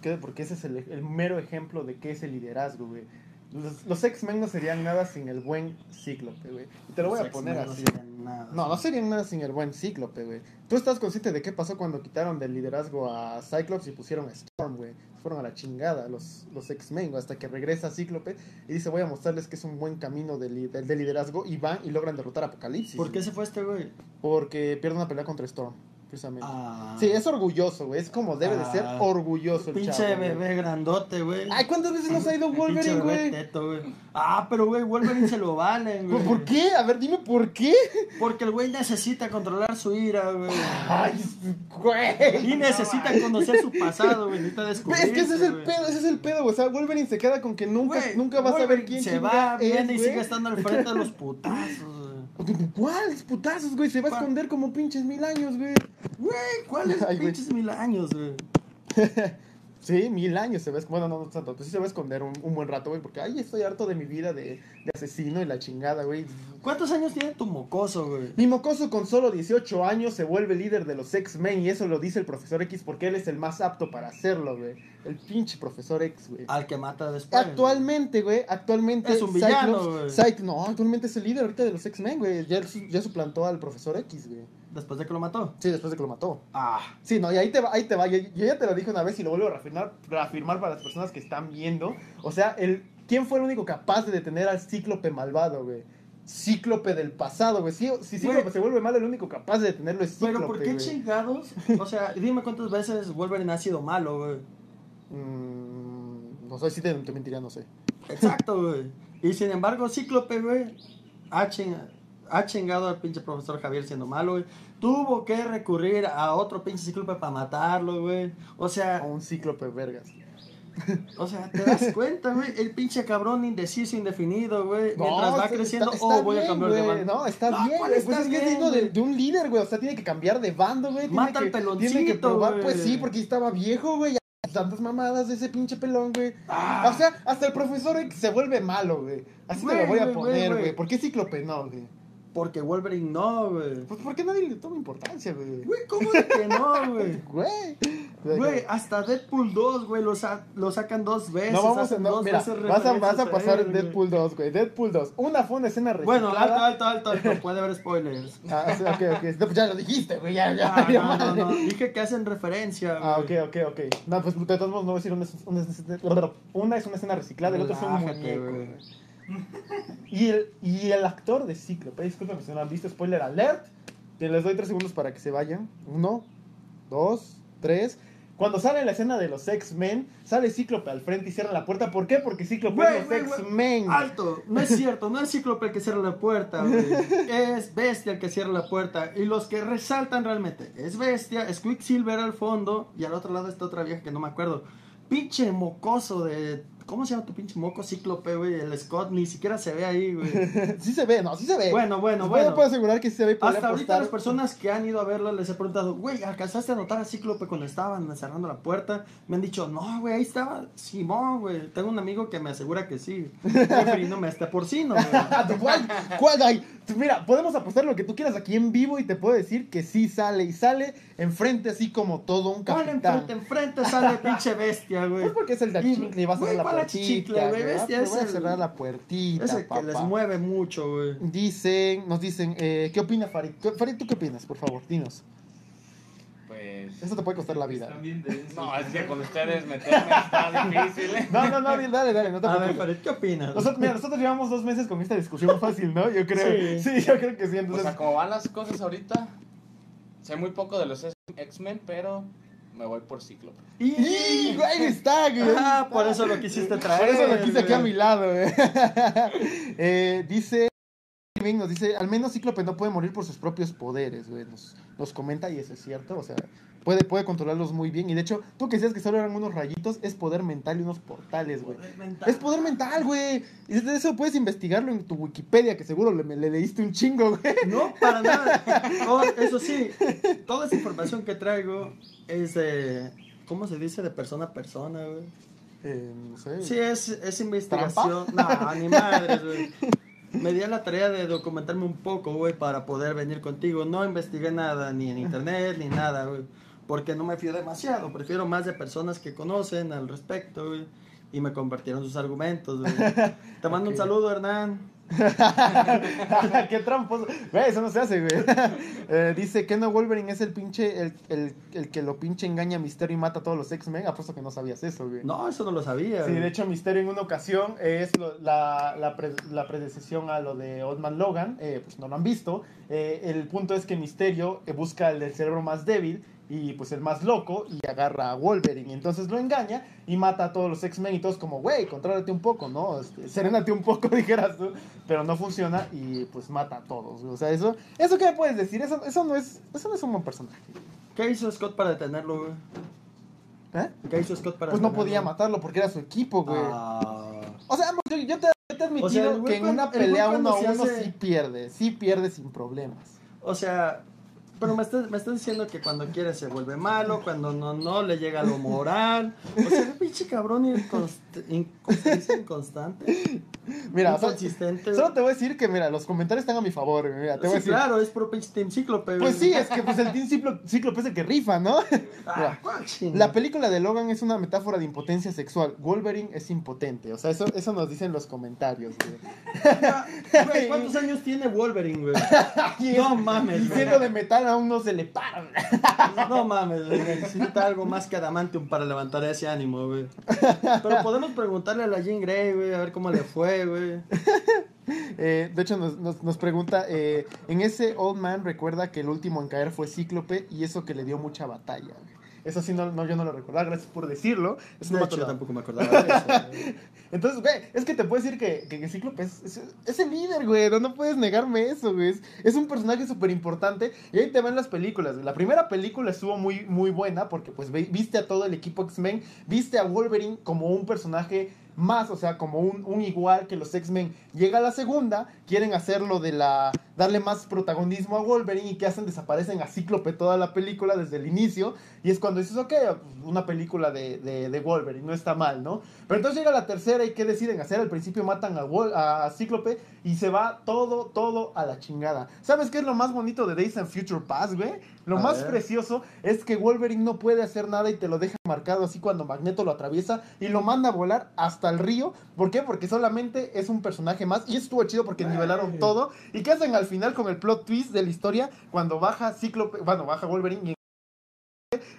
Speaker 1: ¿qué- porque ese es el, el mero ejemplo de qué es el liderazgo, güey. Los, los X-Men no serían nada sin el buen Cíclope, güey. Y te lo voy a
Speaker 2: Los
Speaker 1: poner
Speaker 2: X-Men no
Speaker 1: así.
Speaker 2: hacían nada.
Speaker 1: No, no serían nada sin el buen Cíclope, güey. ¿Tú estás consciente de qué pasó cuando quitaron del liderazgo a Cyclops y pusieron a Storm, güey? Fueron a la chingada los, los X-Men, güey, hasta que regresa Cíclope y dice, voy a mostrarles que es un buen camino de, li- de- de liderazgo y van y logran derrotar a Apocalipsis.
Speaker 2: ¿Por qué
Speaker 1: güey.
Speaker 2: se fue este güey?
Speaker 1: Porque pierde una pelea contra Storm, precisamente.
Speaker 2: Ah,
Speaker 1: Sí, es orgulloso, güey. Es como debe de ser
Speaker 2: Ah.
Speaker 1: orgulloso el
Speaker 2: Pinche
Speaker 1: chavo, güey.
Speaker 2: bebé grandote, güey.
Speaker 1: Ay, ¿cuántas veces nos ha ido
Speaker 2: Pinche
Speaker 1: Wolverine,
Speaker 2: bebé
Speaker 1: güey? Pues,
Speaker 2: teto, güey. Ah, pero güey, Wolverine se lo valen, güey.
Speaker 1: ¿Por qué? A ver, dime por qué.
Speaker 2: Porque el güey necesita controlar su ira, güey.
Speaker 1: Ay, güey.
Speaker 2: Y necesita conocer su pasado, güey. Necesita descubrir.
Speaker 1: Es que ese es el pedo, ese es el pedo, güey. O sea, Wolverine se queda con que nunca, nunca vas a ver quién
Speaker 2: se
Speaker 1: chinga
Speaker 2: va,
Speaker 1: es,
Speaker 2: viene y
Speaker 1: güey.
Speaker 2: sigue estando al frente de los putazos, güey.
Speaker 1: ¿Cuáles putazos, güey? Se va a
Speaker 2: ¿Cuál?
Speaker 1: esconder como pinches mil años, güey.
Speaker 2: Güey, ¿cuáles
Speaker 1: Ay, güey.
Speaker 2: pinches mil años, güey?
Speaker 1: Sí, mil años se va a esconder. Bueno, no, no tanto. Pues sí se va a esconder un, un buen rato, güey. Porque, ay, estoy harto de mi vida de, de asesino y la chingada, güey.
Speaker 2: ¿Cuántos años tiene tu mocoso, güey?
Speaker 1: Mi mocoso con solo 18 años se vuelve líder de los X-Men. Y eso lo dice el profesor X porque él es el más apto para hacerlo, güey. El pinche profesor X, güey.
Speaker 2: Al que mata después.
Speaker 1: Actualmente, güey, actualmente
Speaker 2: Ah, Es un villano, güey.
Speaker 1: Cyclops, Cyc- no, actualmente es el líder ahorita de los X-Men, güey. Ya, su- ya suplantó al profesor X, güey.
Speaker 2: güey. Después de que lo mató.
Speaker 1: Sí, después de que lo mató.
Speaker 2: Ah.
Speaker 1: Sí, no, y ahí te va, ahí te va. Yo, yo ya te lo dije una vez y lo vuelvo a reafirmar, reafirmar para las personas que están viendo. O sea, el, ¿quién fue el único capaz de detener al cíclope malvado, güey? Cíclope del pasado, güey. Si, si Cíclope
Speaker 2: Güey.
Speaker 1: se vuelve malo, el único capaz de detenerlo es Cíclope.
Speaker 2: Pero ¿por qué
Speaker 1: güey.
Speaker 2: chingados?
Speaker 1: [laughs]
Speaker 2: O sea, dime cuántas veces Wolverine ha sido malo, güey.
Speaker 1: Mm, no sé si te, te mentiría, no sé.
Speaker 2: Exacto, güey. Y sin embargo, Cíclope, güey, ha, chinga- ha chingado al pinche profesor Javier siendo malo, güey. Tuvo que recurrir a otro pinche Cíclope para matarlo, güey. O
Speaker 1: A
Speaker 2: sea,
Speaker 1: un Cíclope vergas.
Speaker 2: o sea,
Speaker 1: [laughs]
Speaker 2: te das cuenta, güey. El pinche cabrón indeciso, indefinido, güey.
Speaker 1: No,
Speaker 2: Mientras va
Speaker 1: está-
Speaker 2: creciendo,
Speaker 1: está-
Speaker 2: oh,
Speaker 1: está
Speaker 2: voy a
Speaker 1: bien,
Speaker 2: cambiar de
Speaker 1: güey.
Speaker 2: bando.
Speaker 1: No, está
Speaker 2: No,
Speaker 1: bien,
Speaker 2: ¿cuál
Speaker 1: güey. Pues
Speaker 2: está
Speaker 1: es que es
Speaker 2: bien,
Speaker 1: digno de,
Speaker 2: güey?
Speaker 1: de un líder, güey. O sea, tiene que cambiar de bando, güey. Tiene
Speaker 2: Mata al
Speaker 1: que- Tiene que
Speaker 2: peloncito,
Speaker 1: probar,
Speaker 2: güey.
Speaker 1: pues sí, porque estaba viejo, güey. ya, Tantas mamadas de ese pinche pelón, güey.
Speaker 2: Ah.
Speaker 1: O sea, hasta el profesor X se vuelve malo, güey. Así te
Speaker 2: Güey,
Speaker 1: lo voy a
Speaker 2: güey,
Speaker 1: poner,
Speaker 2: güey.
Speaker 1: güey. ¿Por qué cíclope no, güey?
Speaker 2: Porque Wolverine no, güey.
Speaker 1: Pues porque nadie le toma importancia, güey.
Speaker 2: Güey, ¿cómo de que no, güey?
Speaker 1: Güey.
Speaker 2: Güey, hasta Deadpool 2, güey, lo, sa- lo sacan dos veces.
Speaker 1: No vamos a.
Speaker 2: hacen
Speaker 1: No,
Speaker 2: dos
Speaker 1: mira,
Speaker 2: veces
Speaker 1: vas a, vas
Speaker 2: referencias
Speaker 1: a
Speaker 2: a
Speaker 1: pasar
Speaker 2: él, güey.
Speaker 1: Deadpool 2, güey. Deadpool 2. Una fue una escena
Speaker 2: Bueno,
Speaker 1: reciclada.
Speaker 2: alto, alto, alto, alto. Puede haber spoilers.
Speaker 1: Ah, sí, ok, ok. No, pues ya lo dijiste, güey. [laughs] Ya, ya.
Speaker 2: Ah,
Speaker 1: ya,
Speaker 2: no, no,
Speaker 1: madre.
Speaker 2: no. Dije que hacen referencia.
Speaker 1: Ah, ok,
Speaker 2: güey.
Speaker 1: ok, ok. No, pues de todos modos no voy a decir una es una, es- una es una escena reciclada, el otro es un
Speaker 2: Relájate,
Speaker 1: muñeco.
Speaker 2: güey.
Speaker 1: Y el, y el actor de Cíclope, discúlpame si no lo han visto, spoiler alert. Te les doy tres segundos para que se vayan. Uno, dos, tres. Cuando sale la escena de los X-Men, sale Cíclope al frente y cierra la puerta. ¿Por qué? Porque Cíclope
Speaker 2: Güey,
Speaker 1: es los
Speaker 2: güey, güey. Ah.
Speaker 1: X-Men.
Speaker 2: Alto, no es cierto, no es Cíclope el que cierra la puerta, güey. es Bestia el que cierra la puerta. Y los que resaltan realmente es Bestia, es Quicksilver al fondo y al otro lado está otra vieja que no me acuerdo. Pinche mocoso de. ¿Cómo se llama tu pinche moco Cíclope, güey? El Scott ni siquiera se ve
Speaker 1: [laughs]
Speaker 2: ahí, güey.
Speaker 1: [laughs] Sí se ve, no, sí se ve.
Speaker 2: Bueno, bueno,
Speaker 1: no
Speaker 2: bueno.
Speaker 1: puedo asegurar que sí se ve. y podría
Speaker 2: Hasta ahorita
Speaker 1: apostar.
Speaker 2: las personas que han ido a verlo les he preguntado, güey, ¿alcanzaste a notar a Cíclope cuando estaban cerrando la puerta? Me han dicho, no, güey, ahí estaba Simón, güey. Tengo un amigo que me asegura que sí. Refiriéndome a este
Speaker 1: [laughs]
Speaker 2: porcino, güey.
Speaker 1: Ah, ¿tú ¿Cuál? ¿Cuál hay? Tú, Mira, podemos apostar lo que tú quieras aquí en vivo y te puedo decir que sí sale. Y sale enfrente así como todo un
Speaker 2: ¿Cuál
Speaker 1: capitán.
Speaker 2: enfrente, enfrente sale pinche bestia, güey?
Speaker 1: Pues porque es el de
Speaker 2: Y,
Speaker 1: Chicle y va a cerrar
Speaker 2: güey,
Speaker 1: la
Speaker 2: ¿cuál
Speaker 1: puertita.
Speaker 2: achichicle, güey?
Speaker 1: güey?
Speaker 2: Bestia,
Speaker 1: Ah,
Speaker 2: es
Speaker 1: voy a
Speaker 2: el-
Speaker 1: cerrar la puertita,
Speaker 2: Es el que
Speaker 1: papá.
Speaker 2: les mueve mucho, güey.
Speaker 1: Dicen, nos dicen, eh, ¿qué opina Farid? ¿Qué- Farid, ¿tú qué opinas? Por favor, dinos.
Speaker 4: Pues.
Speaker 1: Eso te puede costar la vida.
Speaker 3: Están bien
Speaker 1: [laughs]
Speaker 3: densos. [laughs]
Speaker 4: No, es que con ustedes meterme está difícil. ¿eh?
Speaker 1: No, no, no, bien, dale, dale, no te
Speaker 2: A ver,
Speaker 1: preocupes.
Speaker 2: Farid, ¿qué opinas?
Speaker 1: Nosotros, mira, nosotros llevamos dos meses con esta discusión fácil, ¿no? Yo creo.
Speaker 2: Sí.
Speaker 1: Sí, yo creo que sí.
Speaker 4: O
Speaker 1: Entonces,
Speaker 4: sea, como van las cosas ahorita, sé muy poco de los X-Men, pero me voy por Cíclope.
Speaker 1: ¡Y, güey, ahí está, güey!
Speaker 2: Ah, por eso lo quisiste traer.
Speaker 1: Por eso lo quise aquí a mi
Speaker 2: güey.
Speaker 1: lado. güey. [laughs] eh, dice, Irving nos dice, al menos Cíclope no puede morir por sus propios poderes, güey. Nos, nos comenta y eso es cierto, o sea, puede, puede controlarlos muy bien. Y de hecho, tú que decías que solo eran unos rayitos, es poder mental y unos portales, güey. Es poder mental, güey. Y de eso puedes investigarlo en tu Wikipedia, que seguro le, le leíste un chingo, güey. [laughs]
Speaker 2: No, para nada. Oh, eso sí, toda esa información que traigo es de. ¿Cómo se dice? De persona a persona, güey.
Speaker 1: Eh, no sé.
Speaker 2: Sí, es, es investigación. No, ni madres, güey. Me di a la tarea de documentarme un poco, güey, para poder venir contigo. No investigué nada, ni en internet, ni nada, güey. Porque no me fío demasiado. Prefiero más de personas que conocen al respecto, güey. Y me compartieron sus argumentos, güey. Te mando un
Speaker 1: Ok.
Speaker 2: saludo, Hernán.
Speaker 1: [laughs] Qué tramposo. Güey, eso no se hace, güey. [laughs] Eh, dice que no Wolverine es el pinche, el, el, el que lo pinche engaña a Misterio y mata a todos los X-Men. Apuesto que no sabías eso, güey.
Speaker 2: No, eso no lo sabía.
Speaker 1: Sí,
Speaker 2: güey.
Speaker 1: de hecho, Misterio en una ocasión eh, es lo- la, la, pre- la predecesión a lo de Old Man Logan. eh, pues no lo han visto. Eh, el punto es que Misterio eh, busca el del cerebro más débil y pues el más loco y agarra a Wolverine. Y entonces lo engaña y mata a todos los X-Men y todos como, güey, contrólate un poco, ¿no? Este, serénate un poco, [laughs] dijeras tú. Pero no funciona y pues mata a todos. O sea, eso, ¿eso qué me puedes decir? Eso, eso, no, es, eso no es un buen personaje.
Speaker 2: ¿Qué hizo Scott para detenerlo, güey?
Speaker 1: ¿eh?
Speaker 2: ¿Qué hizo Scott para
Speaker 1: Pues no
Speaker 2: detenerlo?
Speaker 1: podía matarlo porque era su equipo, güey.
Speaker 2: Ah.
Speaker 1: O sea, yo, yo te, yo te he admitido
Speaker 2: O sea, el güey
Speaker 1: que en
Speaker 2: cuando-
Speaker 1: una
Speaker 2: el güey
Speaker 1: pelea
Speaker 2: cuando
Speaker 1: uno a
Speaker 2: se
Speaker 1: uno
Speaker 2: hace-
Speaker 1: sí pierde, sí pierde sin problemas.
Speaker 2: O sea, Pero me estás, me estás diciendo que cuando quiere se vuelve malo, cuando no, no le llega lo moral. O sea, pinche cabrón inconst- inconst- inconstante.
Speaker 1: Mira, so-
Speaker 2: inconsistente.
Speaker 1: solo te voy a decir que, mira, los comentarios están a mi favor. güey, Mira, te voy a
Speaker 2: Sí,
Speaker 1: decir.
Speaker 2: claro, es por pinche Team Cíclope.
Speaker 1: Pues sí, es que pues, el Team Ciclo- Cíclope es el que rifa, ¿no?
Speaker 2: "Ah,
Speaker 1: Mira, La película de Logan es una metáfora de impotencia sexual. Wolverine es impotente. O sea, eso, eso nos dicen los comentarios, güey.
Speaker 2: Güey, ¿Cuántos años tiene
Speaker 1: [laughs]
Speaker 2: Wolverine, güey? [laughs] No mames,
Speaker 1: Y
Speaker 2: güey.
Speaker 1: siendo de metal aún no se le paran.
Speaker 2: No mames, güey, necesita algo más que adamantium para levantar ese ánimo, güey. Pero podemos preguntarle a la Jean Grey, güey, a ver cómo le fue, güey.
Speaker 1: Eh, de hecho, nos, nos- nos pregunta, eh, en ese Old Man recuerda que el último en caer fue Cíclope y eso que le dio mucha batalla. güey. Eso sí, no, no, yo no lo recordaba, gracias por decirlo. Eso no
Speaker 2: De
Speaker 1: me
Speaker 2: hecho, yo
Speaker 1: acordaba.
Speaker 2: tampoco Pues me acordaba de [laughs] eso. güey.
Speaker 1: Entonces, ve, es que te puedo decir que, que, que Cíclope es, es- es el líder, güey. No, no puedes negarme eso, güey. Es, es un personaje súper importante. Y ahí te ven las películas. güey. La primera película estuvo muy, muy buena porque, pues, ve- viste a todo el equipo X-Men, viste a Wolverine como un personaje más, o sea, como un, un igual que los X-Men. Llega la segunda, quieren hacerlo de la. darle más protagonismo a Wolverine y que hacen desaparecen a Cíclope toda la película desde el inicio. Y es cuando dices, ok, una película de, de, de Wolverine, no está mal, ¿no? Pero entonces llega la tercera y ¿qué deciden hacer? Al principio matan a, Wol- a Cíclope y se va todo, todo a la chingada. ¿Sabes qué es lo más bonito de Days and Future Past, güey? Lo
Speaker 2: A
Speaker 1: más
Speaker 2: ver.
Speaker 1: precioso es que Wolverine no puede hacer nada y te lo deja marcado así cuando Magneto lo atraviesa y lo manda a volar hasta el río. ¿Por qué? Porque solamente es un personaje más y estuvo chido porque nivelaron todo. ¿Y qué hacen al final con el plot twist de la historia cuando baja Cíclope, bueno, baja Wolverine y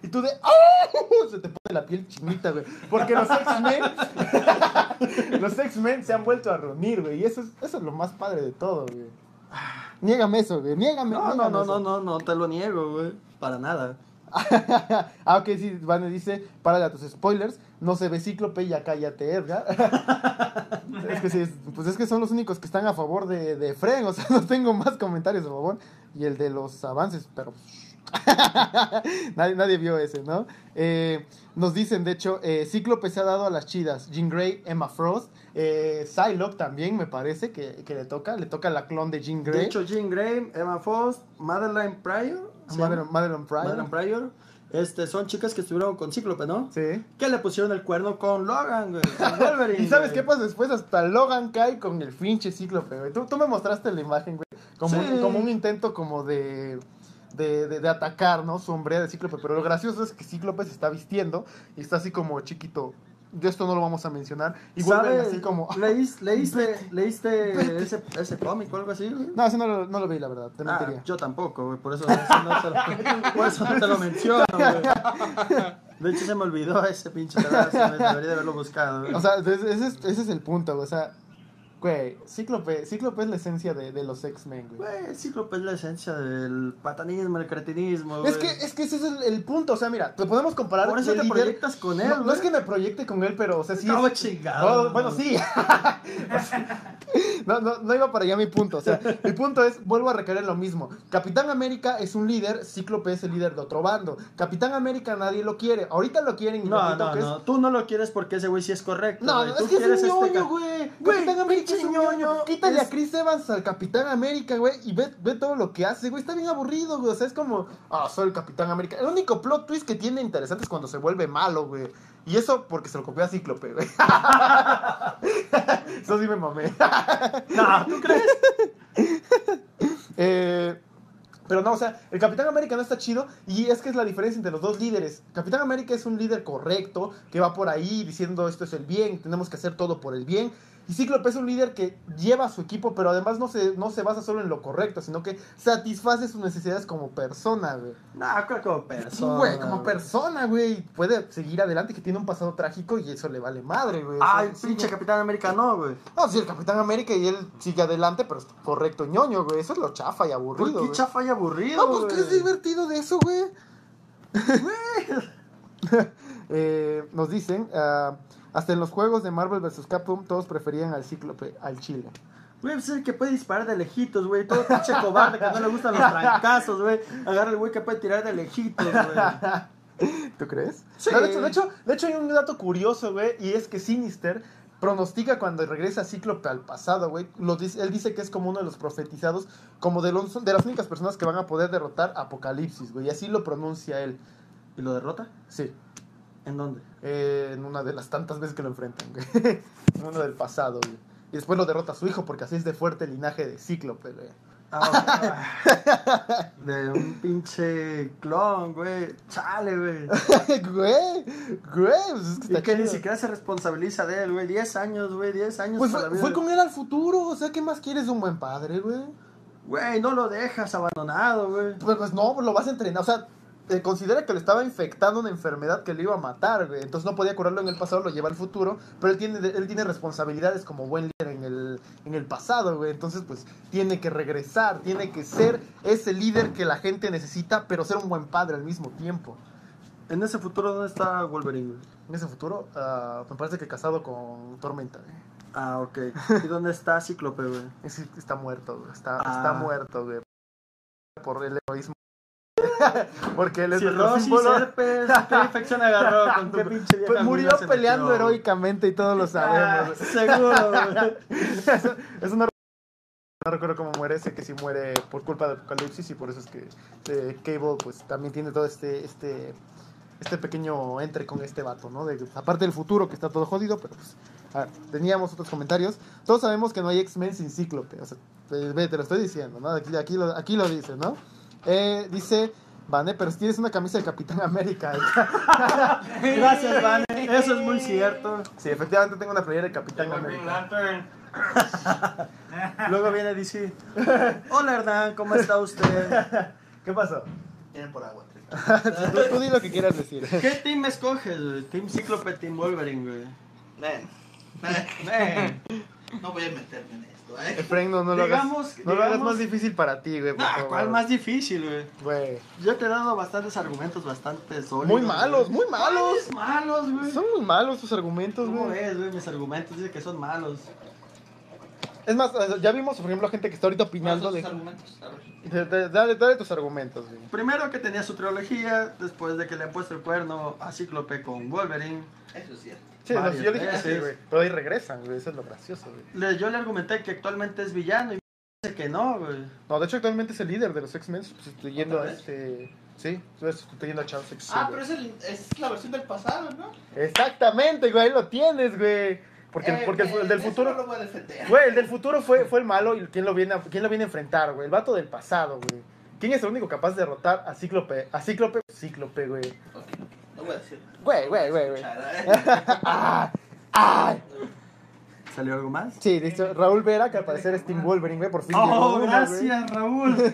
Speaker 1: y tú de ¡Ah! [laughs] Se te pone la piel chinita, güey. Porque los X-Men. [laughs] los X-Men se han vuelto a reunir, güey. Y eso es, eso es lo más padre de todo, güey. Niégame eso, güey. Niégame.
Speaker 2: No, no,
Speaker 1: niégame
Speaker 2: no,
Speaker 1: eso.
Speaker 2: no, no, no te lo niego, güey. Para nada.
Speaker 1: ah, ok, sí. Vane dice: párale a tus spoilers. No se ve cíclope y ya cállate, Edgar. [laughs] es que sí, es- pues es que son los únicos que están a favor de, de Fren. O sea, [laughs] no tengo más comentarios a favor. Y el de los avances, pero. pues, [laughs] nadie, nadie vio ese, ¿no? Eh, nos dicen, de hecho, eh, Cíclope se ha dado a las chidas. Jean Grey, Emma Frost, eh, Psylocke también, me parece que, que le toca. Le toca la clon de Jean Grey.
Speaker 2: De hecho, Jean Grey, Emma Frost, Madeline Pryor. ¿se llama?
Speaker 1: Madeline, Madeline Pryor.
Speaker 2: Madeline Pryor. Este, son chicas que estuvieron con Cíclope, ¿no?
Speaker 1: Sí.
Speaker 2: Que le pusieron el cuerno con Logan, güey.
Speaker 1: [laughs]
Speaker 2: con Wolverine,
Speaker 1: ¿Y sabes
Speaker 2: güey.
Speaker 1: qué pasa después? Hasta Logan cae con el pinche cíclope, güey. Tú, tú me mostraste la imagen, güey. Como,
Speaker 2: Sí.
Speaker 1: un, como un intento como de, de, de- de atacar, ¿no? Su hombría de cíclope. Pero lo gracioso es que cíclope se está vistiendo y está así como chiquito. De esto no lo vamos a mencionar. Y vuelven
Speaker 2: ¿Sabes?
Speaker 1: así como... [laughs]
Speaker 2: ¿Leís- ¿Leíste, leíste ese, ese cómic o algo así, güey?
Speaker 1: No, eso no lo, no lo vi, la verdad. Te
Speaker 2: Ah,
Speaker 1: mentiría.
Speaker 2: yo tampoco, güey, por eso, eso no
Speaker 1: [laughs]
Speaker 2: se lo- por eso no te lo menciono, güey. De hecho, se me olvidó ese pinche pedazo, güey, debería de haberlo buscado, güey.
Speaker 1: O sea, ese ese es, ese es el punto, güey. O sea, güey, cíclope, cíclope es la esencia de, de los X-Men, güey.
Speaker 2: Güey, el cíclope es la esencia del patanismo, el cretinismo,
Speaker 1: Es
Speaker 2: güey.
Speaker 1: que, es que ese es el, el punto, o sea, mira, te podemos comparar
Speaker 2: Por eso
Speaker 1: el
Speaker 2: te
Speaker 1: líder-
Speaker 2: proyectas con él,
Speaker 1: No, no
Speaker 2: güey.
Speaker 1: es que me proyecte con él, pero, o sea, sí.
Speaker 2: No,
Speaker 1: es- Oh,
Speaker 2: chingado.
Speaker 1: bueno, sí. [laughs] O sea, no, no, no iba para allá mi punto. O sea, mi punto es, vuelvo a requerir lo mismo. Capitán América es un líder, Cíclope es el líder de otro bando. Capitán América nadie lo quiere. Ahorita lo quieren y
Speaker 2: No,
Speaker 1: repito
Speaker 2: no,
Speaker 1: que es-
Speaker 2: no. Tú no lo quieres porque ese güey sí es correcto.
Speaker 1: No,
Speaker 2: güey.
Speaker 1: no,
Speaker 2: Tú
Speaker 1: es que
Speaker 2: quieres
Speaker 1: es un
Speaker 2: este ca-
Speaker 1: ñoño, güey.
Speaker 2: Güey,
Speaker 1: Capitán América es un
Speaker 2: pinche ñoño.
Speaker 1: ñoño. Quítale
Speaker 2: Es-
Speaker 1: a Chris Evans al Capitán América, güey. Y ve, ve todo lo que hace, güey. Está bien aburrido, güey. O sea, es como, ah, soy el Capitán América. El único plot twist que tiene interesante es cuando se vuelve malo, güey. Y eso porque se lo copió a Cíclope, güey. [laughs] eso sí me mamé.
Speaker 2: No, ¿tú crees?
Speaker 1: Eh, pero no, o sea, el Capitán América no está chido y es que es la diferencia entre los dos líderes. Capitán América es un líder correcto que va por ahí diciendo esto es el bien, tenemos que hacer todo por el bien. Y Cíclope es un líder que lleva a su equipo, pero además no se, no se basa solo en lo correcto, sino que satisface sus necesidades como persona, güey.
Speaker 2: No, creo que como persona.
Speaker 1: Güey, como
Speaker 2: güey.
Speaker 1: persona, güey. Puede seguir adelante que tiene un pasado trágico y eso le vale madre, güey. O sea,
Speaker 2: Ay, pinche Capitán América, no, güey.
Speaker 1: No, sí, el Capitán América y él sigue adelante, pero es correcto ñoño, güey. Eso es lo chafa y aburrido.
Speaker 2: ¿Por qué
Speaker 1: güey.
Speaker 2: chafa y aburrido,
Speaker 1: No, pues que es
Speaker 2: güey?
Speaker 1: divertido de eso, güey. [laughs] Eh, nos dicen, ah, hasta en los juegos de Marvel vs. Capcom todos preferían al Cíclope, al Chile. [laughs]
Speaker 2: Güey, pues es el que puede disparar de lejitos, güey. Todo pinche cobarde que no le gustan los trancazos, güey. Agarra el güey que puede tirar de lejitos, güey.
Speaker 1: ¿Tú crees?
Speaker 2: Sí.
Speaker 1: No, de, hecho, de, hecho, de hecho hay un dato curioso, güey, y es que Sinister pronostica cuando regresa Cíclope al pasado, güey. Lo dice- él dice que es como uno de los profetizados, como de, los- de las únicas personas que van a poder derrotar Apocalipsis, güey. Y así lo pronuncia él.
Speaker 2: ¿Y lo derrota?
Speaker 1: Sí,
Speaker 2: ¿En dónde?
Speaker 1: eh, en una de las tantas veces que lo enfrentan, güey. [laughs] en uno del pasado, güey. Y después lo derrota a su hijo porque así es de fuerte el linaje de Cíclope, güey. [laughs]
Speaker 2: Ah, ok. de un pinche clon, güey. Chale, güey.
Speaker 1: güey, güey, pues es que [laughs]
Speaker 2: Y
Speaker 1: está
Speaker 2: que ni
Speaker 1: chido.
Speaker 2: siquiera se responsabiliza de él, güey. 10 años, güey. 10 años
Speaker 1: Pues
Speaker 2: para
Speaker 1: fue,
Speaker 2: la vida
Speaker 1: fue
Speaker 2: de-
Speaker 1: con él al futuro, o sea, ¿qué más quieres de un buen padre, güey?
Speaker 2: Güey, no lo dejas abandonado, güey.
Speaker 1: Pues, pues no, lo vas a entrenar, o sea, eh, considera que le estaba infectando una enfermedad que le iba a matar, güey. Entonces no podía curarlo en el pasado, lo lleva al futuro, pero él tiene, él tiene responsabilidades como buen líder en el, en el pasado, güey. Entonces, pues, tiene que regresar, tiene que ser ese líder que la gente necesita, pero ser un buen padre al mismo tiempo.
Speaker 2: En ese futuro, ¿dónde está Wolverine, güey?
Speaker 1: En ese futuro, ah, me parece que casado con Tormenta, güey.
Speaker 2: Ah, ok. ¿Y dónde está Cíclope, güey?
Speaker 1: Es- está muerto, güey. Está,
Speaker 2: Ah.
Speaker 1: está muerto, güey. Por el egoísmo. [laughs] Porque él es nuestro
Speaker 2: Cirrosis,
Speaker 1: símbolo.
Speaker 2: herpes,
Speaker 1: [laughs]
Speaker 2: ¿qué infección agarró con tu
Speaker 1: Pe-
Speaker 2: pinche vieja
Speaker 1: pe- Pues Murió
Speaker 2: amiga se
Speaker 1: peleando
Speaker 2: metió?
Speaker 1: heroicamente y todos lo
Speaker 2: Pues Ah,
Speaker 1: sabemos. güey.
Speaker 2: seguro, güey.
Speaker 1: Eso- eso no, no recuerdo cómo muere. Sé que sí muere por culpa de Apocalipsis y por eso es que eh, Cable pues también tiene todo este, este, este pequeño entre con este vato, ¿no? De, aparte del futuro que está todo jodido, pero pues... a ver, teníamos otros comentarios. Todos sabemos que no hay X-Men sin Cíclope. O sea, te, ve, te lo estoy diciendo, ¿no? Aquí, aquí, lo, aquí lo dice, ¿no? Eh, dice... Vane, pero si tienes una camisa de Capitán América. ¿eh?
Speaker 2: Gracias, Vane. [laughs] Eso es muy cierto.
Speaker 1: sí, efectivamente tengo una playera de Capitán América.
Speaker 2: [laughs] Luego viene DC. Hola, Hernán, ¿cómo está usted?
Speaker 1: ¿Qué pasó?
Speaker 5: Tienen por agua. tres.
Speaker 1: [laughs] Tú, tú di lo que quieras decir.
Speaker 2: ¿Qué team escoges, güey? ¿Team Cíclope, Team Wolverine, güey? [laughs]
Speaker 5: Ven.
Speaker 2: Eh,
Speaker 5: No voy a meterme en esto, ¿eh?
Speaker 1: Efraín, no, no lo hagas.
Speaker 2: Digamos-
Speaker 1: no lo hagas
Speaker 2: digamos-
Speaker 1: más difícil para ti, güey. por
Speaker 2: nah,
Speaker 1: favor.
Speaker 2: ¿Cuál más difícil, güey?
Speaker 1: Güey.
Speaker 2: Yo te he dado bastantes argumentos, bastante sólidos.
Speaker 1: Muy malos,
Speaker 2: güey.
Speaker 1: muy malos.
Speaker 2: ¿Cuáles malos, güey.
Speaker 1: Son muy malos tus argumentos,
Speaker 2: ¿Cómo
Speaker 1: güey.
Speaker 2: ves, güey? Mis argumentos dicen que son malos.
Speaker 1: Es más, eh, ya vimos, por ejemplo, gente que está ahorita
Speaker 5: ¿Cuáles
Speaker 1: opinando
Speaker 5: son
Speaker 1: de.
Speaker 5: tus argumentos? A ver.
Speaker 1: de- de- dale, dale tus argumentos, güey.
Speaker 2: Primero que tenía su trilogía, después de que le han puesto el cuerno a Cíclope con Wolverine.
Speaker 5: Eso es cierto.
Speaker 1: Sí, no,
Speaker 2: Varias
Speaker 1: yo dije que sí,
Speaker 2: veces.
Speaker 1: güey. Pero ahí regresan, güey. Eso es lo gracioso, güey.
Speaker 2: Le- yo le argumenté que actualmente es villano y me dice que no, güey.
Speaker 1: No, de hecho, actualmente es el líder de los X-Men, sustituyendo a
Speaker 5: ¿Otra vez?
Speaker 1: este. Sí, sustituyendo a Charles X.
Speaker 5: Ah, pero
Speaker 1: güey.
Speaker 5: es, el- es la versión del pasado, ¿no?
Speaker 1: Exactamente, güey. Ahí lo tienes, güey. Porque,
Speaker 5: Eh,
Speaker 1: porque el,
Speaker 5: eh,
Speaker 1: el del
Speaker 5: eso
Speaker 1: futuro.
Speaker 5: No lo voy a defender.
Speaker 1: Güey, el del futuro fue, fue el malo y ¿quién lo, viene a, ¿quién lo viene a enfrentar, güey? El vato del pasado, güey. ¿Quién es el único capaz de derrotar a Cíclope? A Cíclope, Cíclope, güey.
Speaker 5: Ok, no voy a decir nada.
Speaker 1: Güey, güey, güey, güey.
Speaker 5: Chara, ¿eh?
Speaker 1: Ah, ah.
Speaker 2: ¿Salió algo más?
Speaker 1: Sí, dice Raúl Vera, que al parecer es Team Wolverine, güey, por fin. llegó
Speaker 2: Oh,
Speaker 1: una,
Speaker 2: gracias, Raúl.
Speaker 1: güey.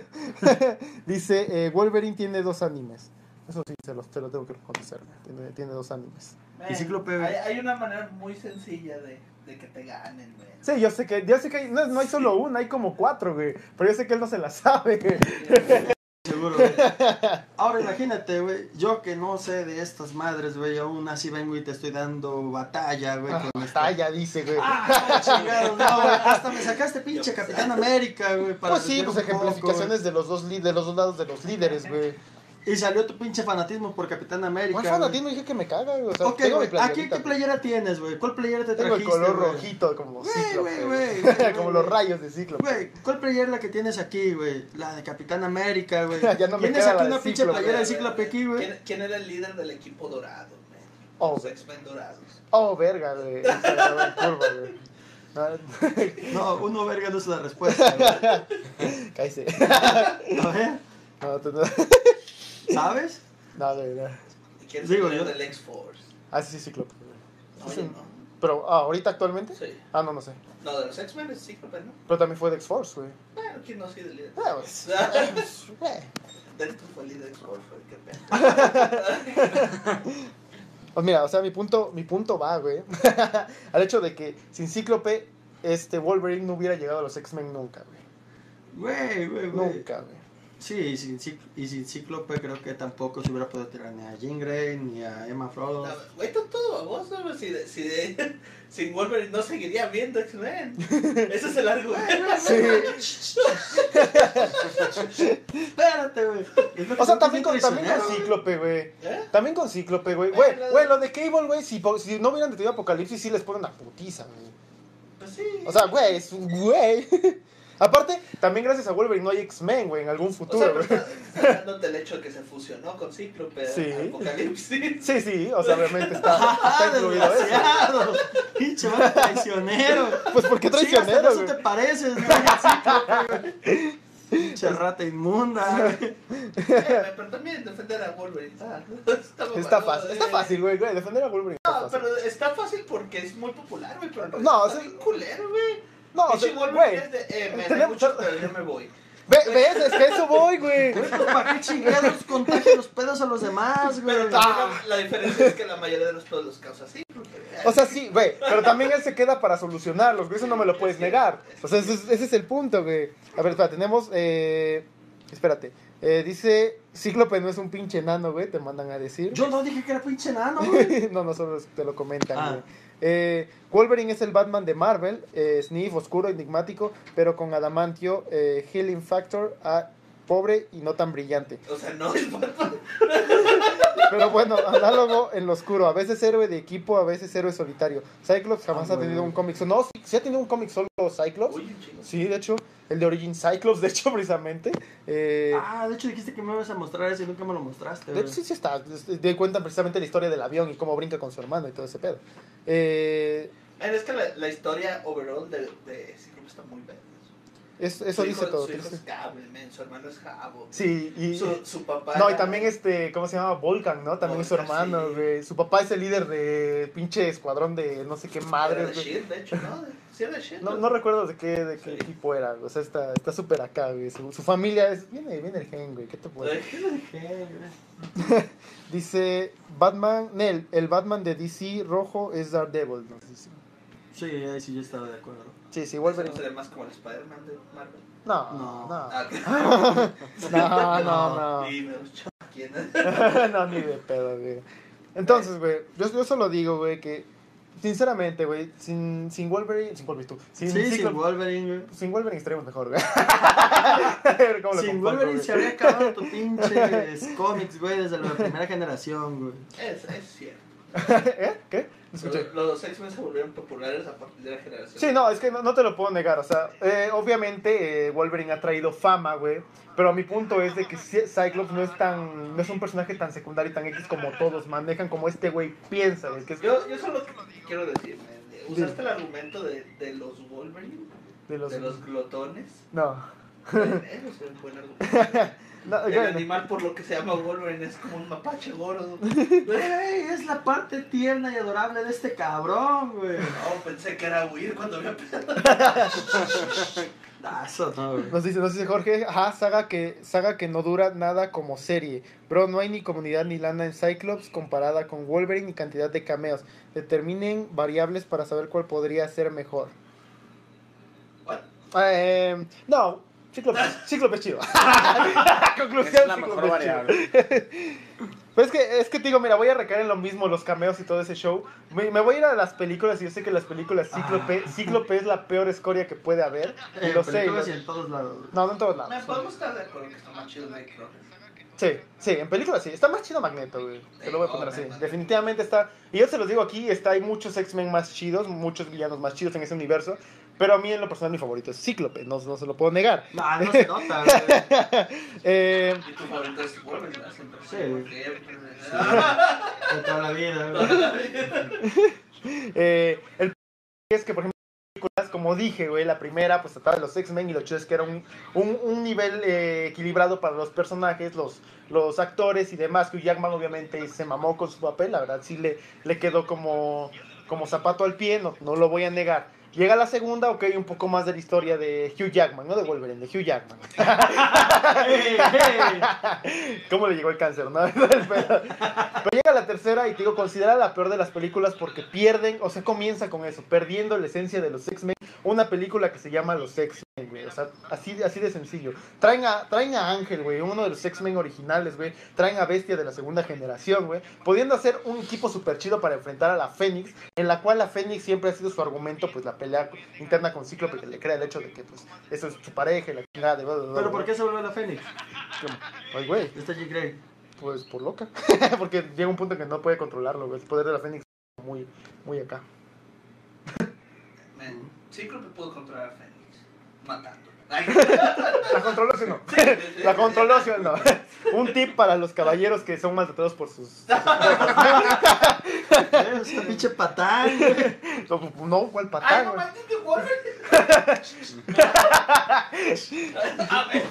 Speaker 1: dice, eh, Wolverine tiene dos animes. Eso sí, se los, te lo tengo que reconocer. güey. Tiene, tiene dos animes.
Speaker 5: Ven,
Speaker 2: Cíclope, güey.
Speaker 5: Hay, hay una manera muy sencilla de, de que te ganen, güey.
Speaker 1: Sí, yo sé que, yo sé que hay- no, no hay solo una, hay como cuatro, güey. Pero yo sé que él no se la sabe, güey.
Speaker 2: [laughs] Seguro, güey. Ahora imagínate, güey, yo que no sé de estas madres, güey, aún así vengo y te estoy dando batalla, güey. con esta-
Speaker 1: Talla, dice, güey.
Speaker 2: Ah,
Speaker 1: [laughs]
Speaker 2: chingados, no, güey, hasta me sacaste pinche Capitán América, güey. para
Speaker 1: Pues sí,
Speaker 2: desviar
Speaker 1: pues
Speaker 2: un poco,
Speaker 1: ejemplificaciones de los dos li- de los dos lados de los líderes, güey.
Speaker 2: güey. Y salió tu pinche fanatismo por Capitán América.
Speaker 1: ¿Cuál
Speaker 2: güey.
Speaker 1: fanatismo dije que me caga, güey? O sea,
Speaker 2: Ok,
Speaker 1: tengo mi
Speaker 2: güey, ¿a
Speaker 1: playerita,
Speaker 2: quién
Speaker 1: pues.
Speaker 2: qué playera tienes, güey? ¿Cuál playera te
Speaker 1: Tengo el
Speaker 2: trajiste,
Speaker 1: color
Speaker 2: güey?
Speaker 1: rojito como
Speaker 2: Güey,
Speaker 1: cíclope,
Speaker 2: güey,
Speaker 1: güey. [laughs]
Speaker 2: güey, güey,
Speaker 1: como
Speaker 2: güey.
Speaker 1: los rayos de cíclope.
Speaker 2: Güey, ¿cuál playera es la que tienes aquí, güey? La de Capitán América,
Speaker 1: [laughs]
Speaker 2: güey.
Speaker 1: Ya no me
Speaker 2: tienes
Speaker 1: queda
Speaker 2: aquí
Speaker 1: la de
Speaker 2: una pinche
Speaker 1: Cíclope.
Speaker 2: playera de Cíclope aquí, güey.
Speaker 5: ¿Quién, quién era el líder del equipo dorado, güey?
Speaker 1: Oh,
Speaker 5: Los
Speaker 1: güey.
Speaker 5: X-Men dorados.
Speaker 1: Oh, verga, güey. Esa era la curva, güey. No, [laughs]
Speaker 2: No, uno verga no es la respuesta, güey.
Speaker 1: cállese.
Speaker 2: A ver,
Speaker 1: No, tú no. [laughs]
Speaker 2: ¿sabes?
Speaker 1: No, güey, no.
Speaker 5: ¿Y quién es
Speaker 2: Digo,
Speaker 5: el líder
Speaker 2: yo-
Speaker 5: del X-Force?
Speaker 1: Ah, sí, sí, cíclope. güey.
Speaker 5: No, yo no.
Speaker 1: Pero, ah, ahorita actualmente.
Speaker 5: Sí.
Speaker 1: Ah, no, no sé.
Speaker 5: No, de los X-Men es Cíclope, ¿no?
Speaker 1: Pero también fue de X-Force, güey.
Speaker 5: Bueno, ¿quién no ha sido el líder?
Speaker 1: Ah, pues,
Speaker 5: [laughs]
Speaker 1: güey. Eh,
Speaker 5: Dentro fue el líder de X-Force, güey, qué pena.
Speaker 1: Pues mira, o sea, mi punto, mi punto va, güey. [laughs] Al hecho de que sin Cíclope, este Wolverine no hubiera llegado a los X-Men nunca, güey.
Speaker 2: Güey, güey, güey.
Speaker 1: Nunca, güey.
Speaker 2: Sí, y sin, Cic- y sin Cíclope creo que tampoco se hubiera
Speaker 1: Oh.
Speaker 2: podido tirar ni a Jean Grey ni a Emma Frost.
Speaker 5: No, Güey, está todo baboso, güey. Si de, [laughs] si de, sin Wolverine no seguiría
Speaker 1: [laughs]
Speaker 5: viendo X-Men. Ese es el argumento.
Speaker 2: Espérate, güey. Es lo que
Speaker 1: O sea,
Speaker 2: no
Speaker 1: también con,
Speaker 2: quise
Speaker 1: también con
Speaker 2: traicionar, güey.
Speaker 1: Cíclope, güey.
Speaker 5: ¿Eh?
Speaker 1: También con Cíclope, güey.
Speaker 5: Eh,
Speaker 1: Güey,
Speaker 5: la-
Speaker 1: güey, lo de Cable, güey, si, po- si no hubieran detenido Apocalipsis, sí les ponen una putiza, güey.
Speaker 5: Pues sí.
Speaker 1: O sea, güey, es un güey. [laughs] Aparte, también gracias a Wolverine no hay X-Men, güey, en algún
Speaker 5: O sea,
Speaker 1: futuro,
Speaker 5: pero
Speaker 1: güey.
Speaker 5: está- está hablando del hecho de que se fusionó con Cíclope
Speaker 1: Sí.
Speaker 5: Apocalipsis.
Speaker 1: Sí, sí, o sea, obviamente
Speaker 2: [laughs]
Speaker 1: está, [laughs]
Speaker 2: Ajá,
Speaker 1: está incluido ¿eh? eso.
Speaker 2: desgraciado. Pinche vato traicionero.
Speaker 1: Pues porque
Speaker 2: Sí, hasta
Speaker 1: traicionero,
Speaker 2: en eso
Speaker 1: güey.
Speaker 2: te pareces, güey. así, güey. Pinche rata inmunda.
Speaker 5: [laughs] Eh, pero también defender a Wolverine está, [laughs] está,
Speaker 1: Está
Speaker 5: mamado,
Speaker 1: fácil,
Speaker 5: eh.
Speaker 1: está fácil, güey, güey, defender a Wolverine. está
Speaker 5: No,
Speaker 1: fácil.
Speaker 5: pero está fácil porque es muy popular, güey. Pero en realidad
Speaker 1: No,
Speaker 5: está
Speaker 1: o sea-
Speaker 5: bien culero, güey.
Speaker 1: No, o
Speaker 5: Pinche
Speaker 1: sea, güey,
Speaker 5: Wolverine es de, eh, me hace
Speaker 1: tenemos-
Speaker 5: mucho, pero yo
Speaker 1: [laughs]
Speaker 5: me voy.
Speaker 1: ve- ves, es que eso voy, güey.
Speaker 2: Güey, pues, ¿para qué chingados contagia los pedos a los demás, güey?
Speaker 5: Pero
Speaker 1: Ah.
Speaker 5: también la diferencia es que la mayoría de los todos los causa así.
Speaker 1: O sea, sí, güey, pero también él se queda para solucionarlos, güey, eso no me lo puedes negar. O sea, ese es, ese es el punto, güey. A ver, espera, tenemos, eh, espérate, eh, dice, Cíclope no es un pinche enano, güey, te mandan a decir.
Speaker 2: Yo no dije que era pinche nano, güey.
Speaker 1: [laughs] no, no, solo te lo comentan,
Speaker 2: Ah.
Speaker 1: güey. Eh, Wolverine es el Batman de Marvel, eh, Sniff, oscuro, enigmático, pero con adamantio, eh, healing factor, ah, pobre y no tan brillante.
Speaker 5: O sea, no
Speaker 1: [laughs]
Speaker 5: es Batman.
Speaker 1: Pero
Speaker 5: [laughs]
Speaker 1: bueno, análogo en lo oscuro. A veces héroe de equipo, a veces héroe solitario. Cyclops jamás
Speaker 2: Ah,
Speaker 1: ha tenido
Speaker 2: bueno.
Speaker 1: un cómic. solo- No, sí, sí ha tenido un cómic solo Cyclops.
Speaker 5: Uy, chingos.
Speaker 1: Sí, de hecho, el de Origin Cyclops, [laughs] de hecho, precisamente. Eh,
Speaker 2: Ah, de hecho dijiste que me ibas a mostrar eso y nunca me lo
Speaker 1: de
Speaker 2: mostraste, güey.
Speaker 1: hecho, sí, sí está. De cuentan precisamente la historia del avión y cómo brinca con su hermano y todo ese pedo. Eh,
Speaker 5: Es que la, la historia overall de, de Cíclope está muy verga.
Speaker 1: es- eso
Speaker 5: Su
Speaker 1: dice
Speaker 5: hijo-
Speaker 1: todo.
Speaker 5: Su hijo es
Speaker 1: triste.
Speaker 5: Cable, men, su hermano es Jabo.
Speaker 1: Sí, y. eh,
Speaker 5: Su, su papá.
Speaker 1: No, y
Speaker 5: era-
Speaker 1: también este, ¿cómo se llama? Volcan, ¿no? También es su
Speaker 5: Volcan,
Speaker 1: hermano,
Speaker 5: sí.
Speaker 1: güey. Su papá es el líder de pinche escuadrón de no sé qué
Speaker 5: Era
Speaker 1: madre,
Speaker 5: de Shield, de hecho, ¿no? De- Sí, era de Shield.
Speaker 1: No, no recuerdo de qué, de qué
Speaker 5: Sí.
Speaker 1: equipo era, o sea, está está súper acá, güey. Su, su familia es. Viene, viene el gen, güey, ¿qué te puedo decir?
Speaker 5: Eh,
Speaker 1: Dice Batman, Nel, el Batman de DC rojo es Daredevil, nos dice.
Speaker 2: Sí, ahí sí yo estaba de acuerdo.
Speaker 1: Sí, sí,
Speaker 5: no
Speaker 1: Wolverine.
Speaker 5: sería más como el Spider-Man de Marvel.
Speaker 1: No, no,
Speaker 2: No.
Speaker 1: no,
Speaker 5: Ah,
Speaker 1: no,
Speaker 5: [laughs]
Speaker 1: no,
Speaker 5: Y me gusta. ¿Quién es?
Speaker 1: [laughs] no, ni de pedo, güey. Entonces, güey, yo, yo solo digo, güey, que sinceramente, güey, sin, sin Wolverine, sin Wolverine tú, sin,
Speaker 2: Sí, sin
Speaker 1: Cíclope-
Speaker 2: Wolverine, güey.
Speaker 1: sin Wolverine estaríamos mejor, güey. [laughs] A ver cómo lo
Speaker 2: Sin
Speaker 1: compongo,
Speaker 2: Wolverine
Speaker 1: güey.
Speaker 2: se habría acabado tu pinche cómics, güey, desde la primera generación, güey.
Speaker 5: Es, es cierto.
Speaker 1: ¿Eh? ¿Qué? No escuché.
Speaker 5: Los, los X-Men se volvieron populares a partir de la generación.
Speaker 1: Sí, no, es que no, no te lo puedo negar. O sea, eh, obviamente eh, Wolverine ha traído fama, güey. Pero mi punto es de que Cy- Cyclops no es tan, no es un personaje tan secundario y tan X como todos manejan, como este güey piensa, güey. Que es
Speaker 5: Yo, yo solo quiero decir, men, eh, usaste el argumento de, de los Wolverine,
Speaker 1: de los,
Speaker 5: de los glotones.
Speaker 1: [laughs] no,
Speaker 5: Men, Eso es un
Speaker 1: [laughs]
Speaker 5: buen argumento.
Speaker 1: no,
Speaker 5: El
Speaker 1: güey,
Speaker 5: animal por lo que se llama Wolverine es como un mapache gordo.
Speaker 2: Güey, es la parte tierna y adorable de este cabrón, güey.
Speaker 5: No, pensé que era huir cuando me pedo.
Speaker 2: Ah, Eso no, güey.
Speaker 1: Nos dice, nos dice Jorge, ajá, saga que, saga que no dura nada como serie. Bro, no hay ni comunidad ni lana en Cyclops comparada con Wolverine ni cantidad de cameos. Determinen variables para saber cuál podría ser mejor.
Speaker 5: What?
Speaker 1: Eh, no, Cyclops, Cyclops es chido. [laughs] Conclusión,
Speaker 4: [laughs] Es la
Speaker 1: Cyclops
Speaker 4: mejor
Speaker 1: es
Speaker 4: variable.
Speaker 1: pero es que, es que te digo, mira, voy a recaer en lo mismo los cameos y todo ese show. Me, me voy a ir a las películas y yo sé que las películas Cíclope,
Speaker 2: Ah.
Speaker 1: Cíclope es la peor escoria que puede haber. Y
Speaker 2: En
Speaker 1: lo sé. y lo-
Speaker 2: películas y en todos lados, güey.
Speaker 1: No, no en todos lados.
Speaker 5: Me podemos estar de acuerdo que está más chido Nightcrawler.
Speaker 1: Sí, sí, en película sí. Está más chido Magneto, güey. Te lo voy a poner así. Definitivamente está. Y yo se los digo aquí, está, hay muchos X-Men más chidos, muchos villanos más chidos en ese universo. Pero a mí en lo personal mi favorito es Cíclope, no, no se lo puedo negar.
Speaker 2: No, no se nota, güey.
Speaker 1: Eh,
Speaker 5: Y tu favorito es Wolverine, ¿verdad? Siempre.
Speaker 2: Sí.
Speaker 5: Siempre.
Speaker 2: De toda la vida, güey.
Speaker 1: eh, el problema es que, por ejemplo, películas, como dije, güey, la primera pues trataba de los X-Men y lo chido es que era un, un, un nivel eh, equilibrado para los personajes, los, los actores y demás. Que Hugh Jackman obviamente se mamó con su papel, la verdad sí le, le quedó como, como zapato al pie, no, no lo voy a negar. Llega la segunda, ok, un poco más de la historia de Hugh Jackman, no de Wolverine, de Hugh Jackman.
Speaker 2: Ey, ey.
Speaker 1: [laughs] ¿Cómo le llegó el cáncer? ¿no? Pero, pero llega la tercera y te digo, considera la peor de las películas porque pierden, o sea, comienza con eso, perdiendo la esencia de los X-Men, una película que se llama Los X-Men, güey. O sea, así, así de sencillo. Traen a, traen a Ángel, güey, uno de los X-Men originales, güey. Traen a Bestia de la segunda generación, güey. Pudiendo hacer un equipo súper chido para enfrentar a la Fénix, en la cual la Fénix siempre ha sido su argumento, pues la pelea interna con Cíclope que le crea el hecho de que, pues, eso es su pareja y la chingada de... bla, bla, bla,
Speaker 2: ¿Pero
Speaker 1: bla.
Speaker 2: por qué se volvió la Fénix?
Speaker 1: Ay, güey,
Speaker 2: Está Jean Grey.
Speaker 1: pues por loca. [laughs] Porque llega un punto en que no puede controlarlo, güey. El poder de la Fénix es muy, muy acá.
Speaker 5: Man, Cíclope pudo controlar a Fénix. Matando.
Speaker 1: [laughs]
Speaker 5: Ay,
Speaker 1: La controló sí o no. La controló sí o no. [laughs] Un tip para los caballeros que son maltratados por sus.
Speaker 2: Eh, Es un pinche patán, güey.
Speaker 1: No, ¿cuál
Speaker 5: Ay,
Speaker 1: patán,
Speaker 5: no
Speaker 1: güey?
Speaker 5: maldito
Speaker 1: [laughs]
Speaker 5: Wolverine. A ver.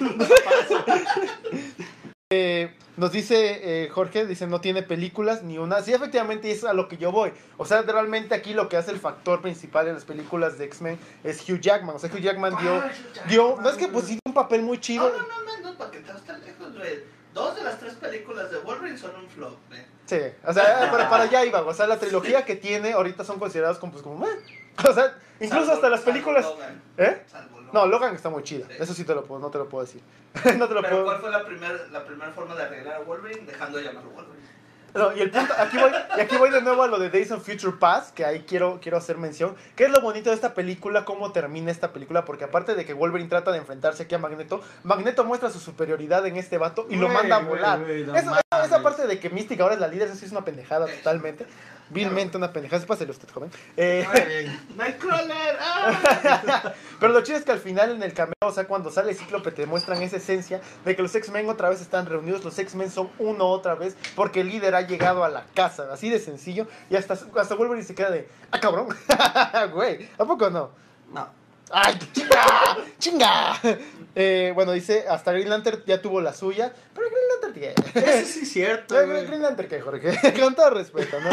Speaker 1: Eh, nos dice eh, Jorge, dice no tiene películas ni una. Sí, efectivamente es a lo que yo voy. O sea, realmente aquí lo que hace el factor principal en las películas de X-Men es Hugh Jackman. O sea, Hugh Jackman dio,
Speaker 5: Ay, ya,
Speaker 1: dio, no es
Speaker 5: mames.
Speaker 1: que pues sí dio un papel muy
Speaker 5: Ah, No,
Speaker 1: chido.
Speaker 5: no, no, man, no, para que te vas tan lejos, güey. Dos de las tres películas de Wolverine son un flop, güey.
Speaker 1: Sí, o sea, eh, pero para allá iba. O sea, la trilogía que tiene ahorita son consideradas como, pues, como, meh. [laughs] O sea, incluso
Speaker 5: Salvo-
Speaker 1: hasta las
Speaker 5: salvo
Speaker 1: películas.
Speaker 5: Logan,
Speaker 1: ¿Eh?
Speaker 5: salvo Logan.
Speaker 1: No, Logan está muy chida.
Speaker 5: Sí.
Speaker 1: Eso sí te lo puedo, no te lo puedo decir. [laughs] no te lo
Speaker 5: Pero ¿cuál
Speaker 1: puedo.
Speaker 5: fue la primera la primer forma de arreglar a Wolverine? Dejando de llamarlo Wolverine.
Speaker 1: No, y el punto, aquí voy, y aquí voy de nuevo a lo de Days of Future Past, que ahí quiero, quiero hacer mención. ¿Qué es lo bonito de esta película? ¿Cómo termina esta película? Porque aparte de que Wolverine trata de enfrentarse aquí a Magneto, Magneto muestra su superioridad en este vato [laughs] y lo
Speaker 2: Güey,
Speaker 1: manda a
Speaker 2: güey,
Speaker 1: volar.
Speaker 2: güey, no
Speaker 1: Eso- eso-
Speaker 2: mames.
Speaker 1: esa parte de que Mystic ahora es la líder, eso sí es una pendejada
Speaker 5: Sí.
Speaker 1: totalmente. Vilmente una pendejada. Pásale usted, joven. Eh, [laughs]
Speaker 5: ¡Nightcrawler! ¡Ah!
Speaker 1: Pero lo chido es que al final en el cameo, o sea, cuando sale Cíclope te muestran esa esencia de que los X-Men otra vez están reunidos, los X-Men son uno otra vez porque el líder ha llegado a la casa, así de sencillo, y hasta, hasta Wolverine se queda de, ah, cabrón, [laughs] güey, ¿a poco no?
Speaker 2: No.
Speaker 1: ¡Ay, chinga! ¡Chinga! [laughs] Eh, bueno, dice, hasta Green Lantern ya tuvo la suya, pero Green Lantern qué...
Speaker 2: Eso sí es cierto,
Speaker 1: Eh,
Speaker 2: güey.
Speaker 1: Green Lantern qué, Jorge, [laughs] con todo respeto, ¿no?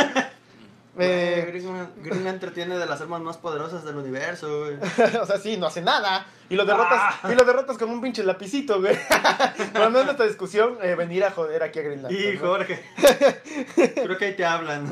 Speaker 2: Güey,
Speaker 1: Eh, [laughs]
Speaker 2: Green, Green Lantern tiene de las armas más poderosas del universo, güey.
Speaker 1: O sea, sí, no hace nada. Y lo derrotas,
Speaker 2: Ah.
Speaker 1: y lo derrotas con un pinche lapicito, güey. [laughs] Pero no es nuestra discusión eh, venir a joder aquí a Green Lantern,
Speaker 2: Y
Speaker 1: ¿no?
Speaker 2: Jorge.
Speaker 1: [laughs]
Speaker 2: Creo que ahí te hablan.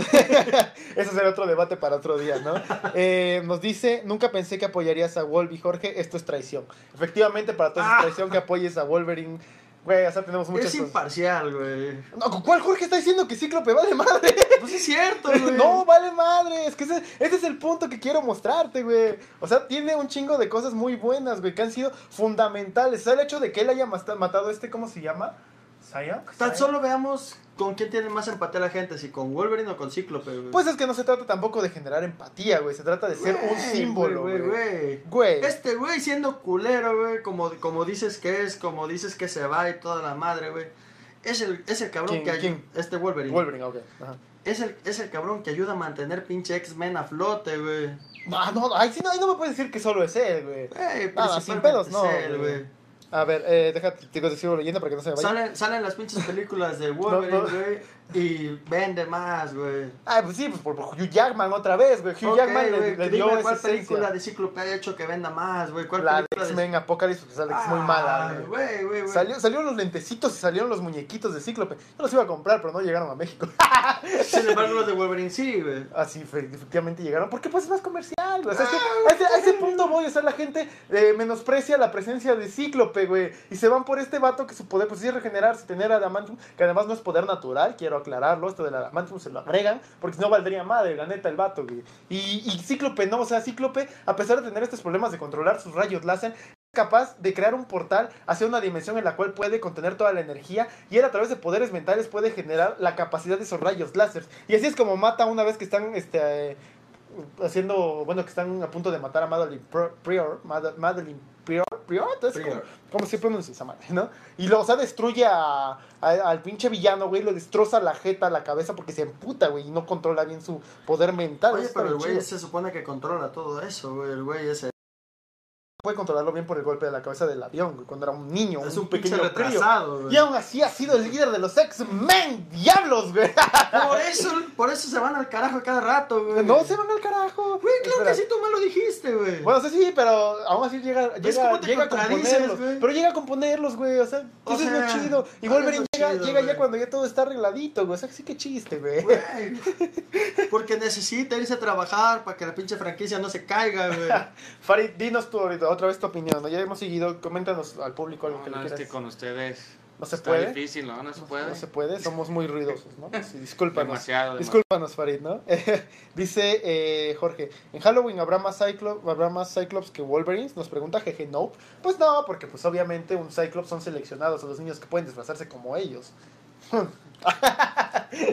Speaker 1: Ese será otro debate para otro día, ¿no? Eh, nos dice, nunca pensé que apoyarías a Wolverine, Jorge, esto es traición. Efectivamente, para todos es
Speaker 2: Ah.
Speaker 1: traición que apoyes a Wolverine. Güey, o sea, tenemos muchas
Speaker 2: Es
Speaker 1: cosas.
Speaker 2: imparcial, güey.
Speaker 1: No, ¿Cuál Jorge está diciendo que Cíclope vale madre?
Speaker 2: Pues sí es cierto, güey.
Speaker 1: [laughs] No, vale madre. Es que ese, ese es el punto que quiero mostrarte, güey. O sea, tiene un chingo de cosas muy buenas, güey, que han sido fundamentales. O sea, el hecho de que él haya masta- matado a este, ¿cómo se llama? ¿Saya?
Speaker 2: Tan solo veamos con quién tiene más empatía la gente, si con Wolverine o con Cíclope, güey.
Speaker 1: Pues es que no se trata tampoco de generar empatía, güey. Se trata de ser
Speaker 2: Güey,
Speaker 1: un símbolo,
Speaker 2: güey,
Speaker 1: güey.
Speaker 2: güey.
Speaker 1: Güey.
Speaker 2: Este güey siendo culero, güey, como, como dices que es, como dices que se va y toda la madre, güey. Es el, es el cabrón
Speaker 1: ¿Quién-
Speaker 2: que ay-
Speaker 1: quién?
Speaker 2: Este Wolverine.
Speaker 1: Wolverine, ok. Ajá.
Speaker 2: Es, el, es el cabrón que ayuda a mantener pinche X-Men a flote, güey.
Speaker 1: No, no, ahí sí, no, ahí no me puedes decir que solo es él, güey.
Speaker 2: Güey,
Speaker 1: Nada, sin
Speaker 2: Eh, principalmente
Speaker 1: pedos, no,
Speaker 2: es él,
Speaker 1: güey.
Speaker 2: güey.
Speaker 1: A ver, eh, déjate, te digo, te sigo leyendo para que no se me vaya.
Speaker 2: Salen, salen las pinches películas de
Speaker 1: [laughs]
Speaker 2: Wolverine,
Speaker 1: No, no.
Speaker 2: güey, y vende más, güey.
Speaker 1: Ah, pues sí, pues por, por Hugh Jackman otra vez, güey. Hugh
Speaker 2: Ok,
Speaker 1: Jackman le,
Speaker 2: güey,
Speaker 1: le
Speaker 2: dime
Speaker 1: dio esa
Speaker 2: ¿Cuál
Speaker 1: esencia.
Speaker 2: película de Cíclope ha hecho que venda más, güey? ¿Cuál
Speaker 1: La de
Speaker 2: película
Speaker 1: X-Men Apocalypse, que sale que es muy
Speaker 2: Ah,
Speaker 1: mala, güey.
Speaker 2: güey. güey, güey.
Speaker 1: Salió, salieron los lentecitos y salieron los muñequitos de Cíclope. Yo los iba a comprar, pero no llegaron a México. [laughs]
Speaker 2: Sin embargo, los de Wolverine sí, güey.
Speaker 1: Así, fe- efectivamente llegaron. Porque pues es más comercial, güey. O sea, es que
Speaker 2: Ah,
Speaker 1: a ese, a ese punto voy. O sea, la gente eh, menosprecia la presencia de Cíclope, güey. Y se van por este vato que su poder, pues sí, es regenerarse, tener adamantium. Que además no es poder natural, quiero aclararlo. Esto del adamantium se lo agregan. Porque si no valdría madre, la neta, el vato, güey. Y, y Cíclope, no. O sea, Cíclope, a pesar de tener estos problemas de controlar sus rayos láser, capaz de crear un portal hacia una dimensión en la cual puede contener toda la energía y él a través de poderes mentales puede generar la capacidad de esos rayos láser. Y así es como mata una vez que están este, eh, haciendo, bueno, que están a punto de matar a Madeline Pro- Prior, Mad- Madeline Prior, Prior, entonces,
Speaker 2: Prior.
Speaker 1: ¿cómo- ¿cómo se pronuncia esa madre, no? Y lo, o sea, destruye a- a- al pinche villano, güey, lo destroza la jeta, la cabeza porque se emputa, güey, y no controla bien su poder mental.
Speaker 2: Oye,
Speaker 1: Eso Ah, está
Speaker 2: pero el
Speaker 1: bien
Speaker 2: güey
Speaker 1: chido.
Speaker 2: se supone que controla todo eso, güey. El güey ese
Speaker 1: puede controlarlo bien por el golpe de la cabeza del avión, güey, cuando era un niño,
Speaker 2: es
Speaker 1: un,
Speaker 2: un pinche
Speaker 1: pequeño crío.
Speaker 2: retrasado, güey.
Speaker 1: Y aún así ha sido el líder de los X-Men, diablos, güey.
Speaker 2: Por eso, por eso se van al carajo cada rato, güey.
Speaker 1: [laughs] No se van al carajo.
Speaker 2: Güey, claro
Speaker 1: Espera.
Speaker 2: que sí, tú mal lo dijiste, güey.
Speaker 1: Bueno, sí, sí, pero aún así llega,
Speaker 2: Pues,
Speaker 1: llega,
Speaker 2: ¿cómo te
Speaker 1: llega a
Speaker 2: contradices,
Speaker 1: componerlos.
Speaker 2: güey?
Speaker 1: Pero llega a componerlos, güey. O sea,
Speaker 2: O
Speaker 1: eso es lo
Speaker 2: sea,
Speaker 1: chido. Y
Speaker 2: ¿cuál es
Speaker 1: Wolverine
Speaker 2: lo
Speaker 1: llega,
Speaker 2: chido,
Speaker 1: llega ya
Speaker 2: güey.
Speaker 1: cuando ya todo está arregladito, güey. O sea, sí que chiste, güey.
Speaker 2: Güey, Porque necesita irse a trabajar para que la pinche franquicia no se caiga, güey.
Speaker 1: Farid, dinos tu, otra vez tu opinión, ¿no? Ya hemos seguido, coméntanos al público algo
Speaker 6: No,
Speaker 1: que
Speaker 6: no,
Speaker 1: le
Speaker 6: es
Speaker 1: quieras.
Speaker 6: que con ustedes
Speaker 1: ¿No se
Speaker 6: está
Speaker 1: puede?
Speaker 6: difícil, ¿no? No se puede.
Speaker 1: No se puede, somos muy ruidosos, ¿no? Sí, discúlpanos.
Speaker 6: Demasiado. demasiado.
Speaker 1: Discúlpanos, Farid, ¿no? [laughs] dice eh, Jorge, ¿en Halloween habrá más, Cyclops, habrá más Cyclops que Wolverines? Nos pregunta Jeje, no. Pues no, porque pues obviamente un Cyclops son seleccionados, son los niños que pueden disfrazarse como ellos.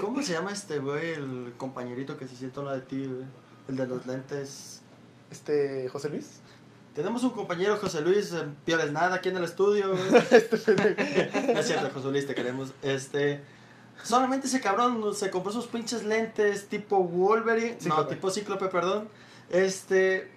Speaker 2: ¿Cómo se llama este, güey? El compañerito que se sienta a un lado de ti, güey. El de los lentes.
Speaker 1: Este, José Luis. [laughs]
Speaker 2: Tenemos un compañero, José Luis, eh, Pioles Nada, aquí en el estudio, güey. No es cierto, José Luis, te queremos. Este. Solamente ese cabrón se compró sus pinches lentes tipo Wolverine. No,
Speaker 1: Cíclope.
Speaker 2: tipo Cíclope, perdón. Este.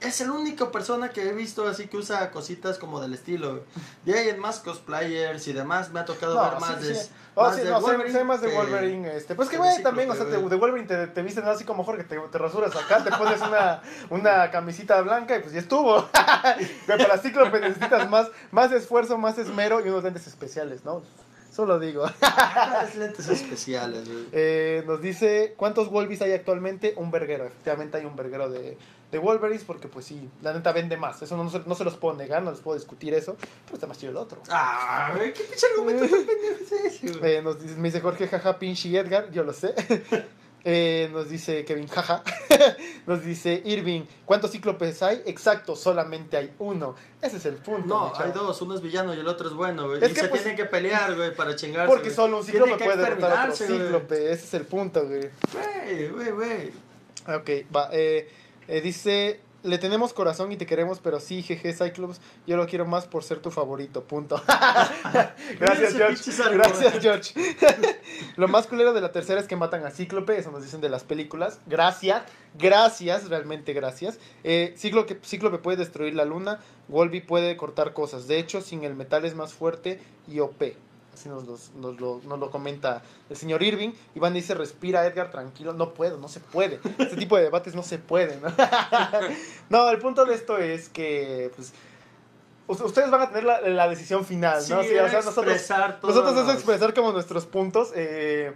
Speaker 2: Es el único persona que he visto así que usa cositas como del estilo. güey. De ahí en más cosplayers y demás me ha tocado
Speaker 1: No,
Speaker 2: ver más
Speaker 1: sí,
Speaker 2: de.
Speaker 1: sí. Oh,
Speaker 2: más
Speaker 1: sí,
Speaker 2: de
Speaker 1: no, sé-
Speaker 2: Wolverine
Speaker 1: sé más de
Speaker 2: que-
Speaker 1: Wolverine. Este. Pues que,
Speaker 2: que
Speaker 1: güey,
Speaker 2: Cíclope,
Speaker 1: también, o sea, te-
Speaker 2: güey.
Speaker 1: de Wolverine te, te visten así como Jorge, te, te rasuras acá, te pones una, una camisita blanca y pues ya estuvo. [laughs] Güey, para Cíclope necesitas más, más esfuerzo, más esmero y unos lentes especiales, ¿no? Solo digo.
Speaker 2: Las lentes especiales, güey.
Speaker 1: Eh, nos dice, ¿cuántos Wolverines hay actualmente? Un verguero, efectivamente hay un verguero de, de Wolverines porque pues sí, la neta vende más. Eso no, se, no se los puedo negar, no les puedo discutir eso, pero está más chido el otro.
Speaker 2: Ah, güey, qué pinche argumento tan pendejo es ese, güey.
Speaker 1: Eh, nos dice, me dice Jorge, jaja, pinche Edgar, yo lo sé. [laughs] Eh, nos dice Kevin, jaja. [laughs] nos dice Irving, ¿cuántos cíclopes hay? Exacto, solamente hay uno. Ese es el punto.
Speaker 2: No,
Speaker 1: mi chavo.
Speaker 2: hay dos, uno es villano y el otro es bueno, güey.
Speaker 1: Es
Speaker 2: Y
Speaker 1: que,
Speaker 2: se
Speaker 1: pues,
Speaker 2: tienen que pelear, güey, para chingarse.
Speaker 1: Porque
Speaker 2: güey.
Speaker 1: solo un
Speaker 2: Tienen
Speaker 1: cíclope
Speaker 2: que
Speaker 1: puede derrotar a otro
Speaker 2: exterminarse, güey.
Speaker 1: cíclope. Ese es el punto, güey.
Speaker 2: Güey, güey, güey.
Speaker 1: Ok, va. eh, eh, dice, le tenemos corazón y te queremos, pero sí, jeje, Cyclops, yo lo quiero más por ser tu favorito, punto. [laughs] Gracias,
Speaker 2: Ese
Speaker 1: George.
Speaker 2: [laughs] pinche sargón.
Speaker 1: Gracias, George. [laughs] lo más culero de la tercera es que matan a Cíclope, eso nos dicen de las películas. Gracias, gracias, realmente gracias. Eh, Cíclope, Cíclope puede destruir la luna, Wolby puede cortar cosas. De hecho, sin el metal es más fuerte y OP. Así nos, los- nos lo, nos lo comenta el señor Irving. Iván dice, respira Edgar, tranquilo. No puedo, no se puede. Este tipo de debates no se pueden. ¿no? [laughs] No, el punto de esto es que pues, us- ustedes van a tener la, la decisión final,
Speaker 2: Sí,
Speaker 1: ¿no? Sí,
Speaker 2: era
Speaker 1: o sea, nosotros,
Speaker 2: expresar todo.
Speaker 1: nosotros es expresar como nuestros puntos. eh,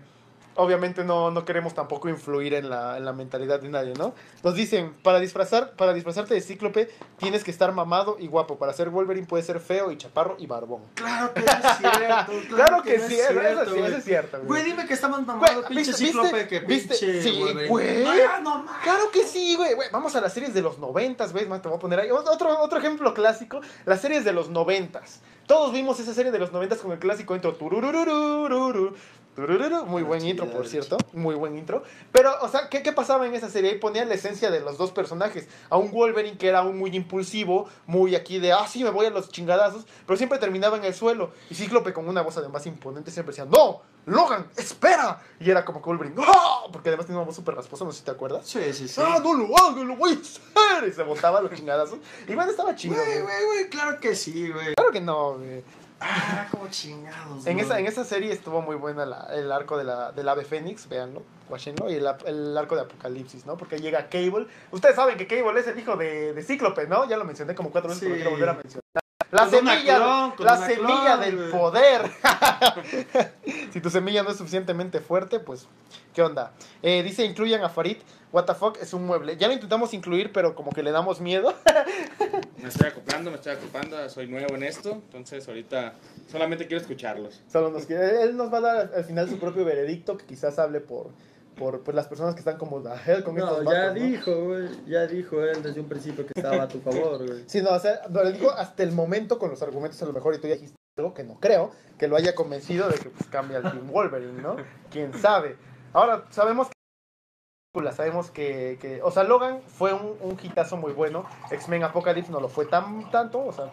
Speaker 1: obviamente no, no queremos tampoco influir en la, en la mentalidad de nadie, ¿no? Nos dicen, para, disfrazar, para disfrazarte de cíclope tienes que estar mamado y guapo. Para ser Wolverine puedes ser feo y chaparro y barbón.
Speaker 2: Claro que no es
Speaker 1: [laughs]
Speaker 2: cierto. Claro,
Speaker 1: Claro que,
Speaker 2: no
Speaker 1: sí, eso- eso sí,
Speaker 2: güey.
Speaker 1: eso es cierto. güey.
Speaker 2: Güey, dime que está más
Speaker 1: Güey,
Speaker 2: mamado pinche
Speaker 1: ¿viste-
Speaker 2: cíclope
Speaker 1: viste-
Speaker 2: que
Speaker 1: viste?
Speaker 2: pinche
Speaker 1: Sí,
Speaker 2: Wolverine.
Speaker 1: güey.
Speaker 2: No, ya, no mames.
Speaker 1: Claro que sí, güey. Güey, Vamos a las series de los noventas, güey. Más Te voy a poner ahí. Otro, otro ejemplo clásico, las series de los noventas. Todos vimos esa serie de los noventas con el clásico intro. tururururururu, turururu. Muy
Speaker 2: Una
Speaker 1: buen intro,
Speaker 2: chida,
Speaker 1: por
Speaker 2: una
Speaker 1: cierto. Muy buen intro. Pero, o sea, ¿qué, qué pasaba en esa serie? Ahí ponían la esencia de los dos personajes. A un Wolverine que era un muy impulsivo, muy aquí de, ah, sí, me voy a los chingadazos. Pero siempre terminaba en el suelo. Y Cíclope con una voz además imponente siempre decía, no, Logan, espera. Y era como que Wolverine, ¡ah! Porque además tenía una voz súper rasposa, no sé si te acuerdas.
Speaker 2: Sí, sí, sí.
Speaker 1: ¡Ah, no lo hago, lo voy a hacer! Y se botaba los chingadazos. Y bueno, estaba chido.
Speaker 2: Güey,
Speaker 1: güey.
Speaker 2: güey, güey, claro que sí, güey.
Speaker 1: Claro que no, güey.
Speaker 2: Ah, como chingados.
Speaker 1: En
Speaker 2: güey.
Speaker 1: esa, en esa serie estuvo muy buena la- el arco de la, del ave fénix, véanlo, guáchenlo, y el, ap- el arco de Apocalipsis, ¿no? Porque llega Cable. Ustedes saben que Cable es el hijo de, de Cíclope, ¿no? Ya lo mencioné como cuatro veces, pero
Speaker 2: Sí.
Speaker 1: lo quiero volver a mencionar. La
Speaker 2: Con una
Speaker 1: semilla,
Speaker 2: clon, con
Speaker 1: la
Speaker 2: una
Speaker 1: semilla
Speaker 2: clon,
Speaker 1: del
Speaker 2: güey.
Speaker 1: poder. [laughs] si tu semilla no es suficientemente fuerte, pues, ¿qué onda? Eh, dice, incluyan a Farid. What the fuck es un mueble. Ya lo intentamos incluir, pero como que le damos miedo.
Speaker 6: Me estoy acoplando, me estoy acoplando. Soy nuevo en esto. Entonces, ahorita solamente quiero escucharlos.
Speaker 1: Solo nos queda- Él nos va a dar al final su propio veredicto, que quizás hable por, por, por las personas que están como la hell con
Speaker 2: No,
Speaker 1: estos
Speaker 2: ya
Speaker 1: vatos, ¿no?
Speaker 2: dijo, güey. Ya dijo él desde un principio que estaba
Speaker 1: [laughs]
Speaker 2: a tu favor, güey.
Speaker 1: Sí, no, o sea, lo digo hasta el momento con los argumentos a lo mejor y tú ya dijiste algo que no creo, que lo haya convencido de que pues, cambia el Team Wolverine, ¿no? ¿Quién sabe? Ahora, sabemos que sabemos que, que- o sea, Logan fue un, un hitazo muy bueno, X-Men Apocalypse no lo fue tan tanto, o sea,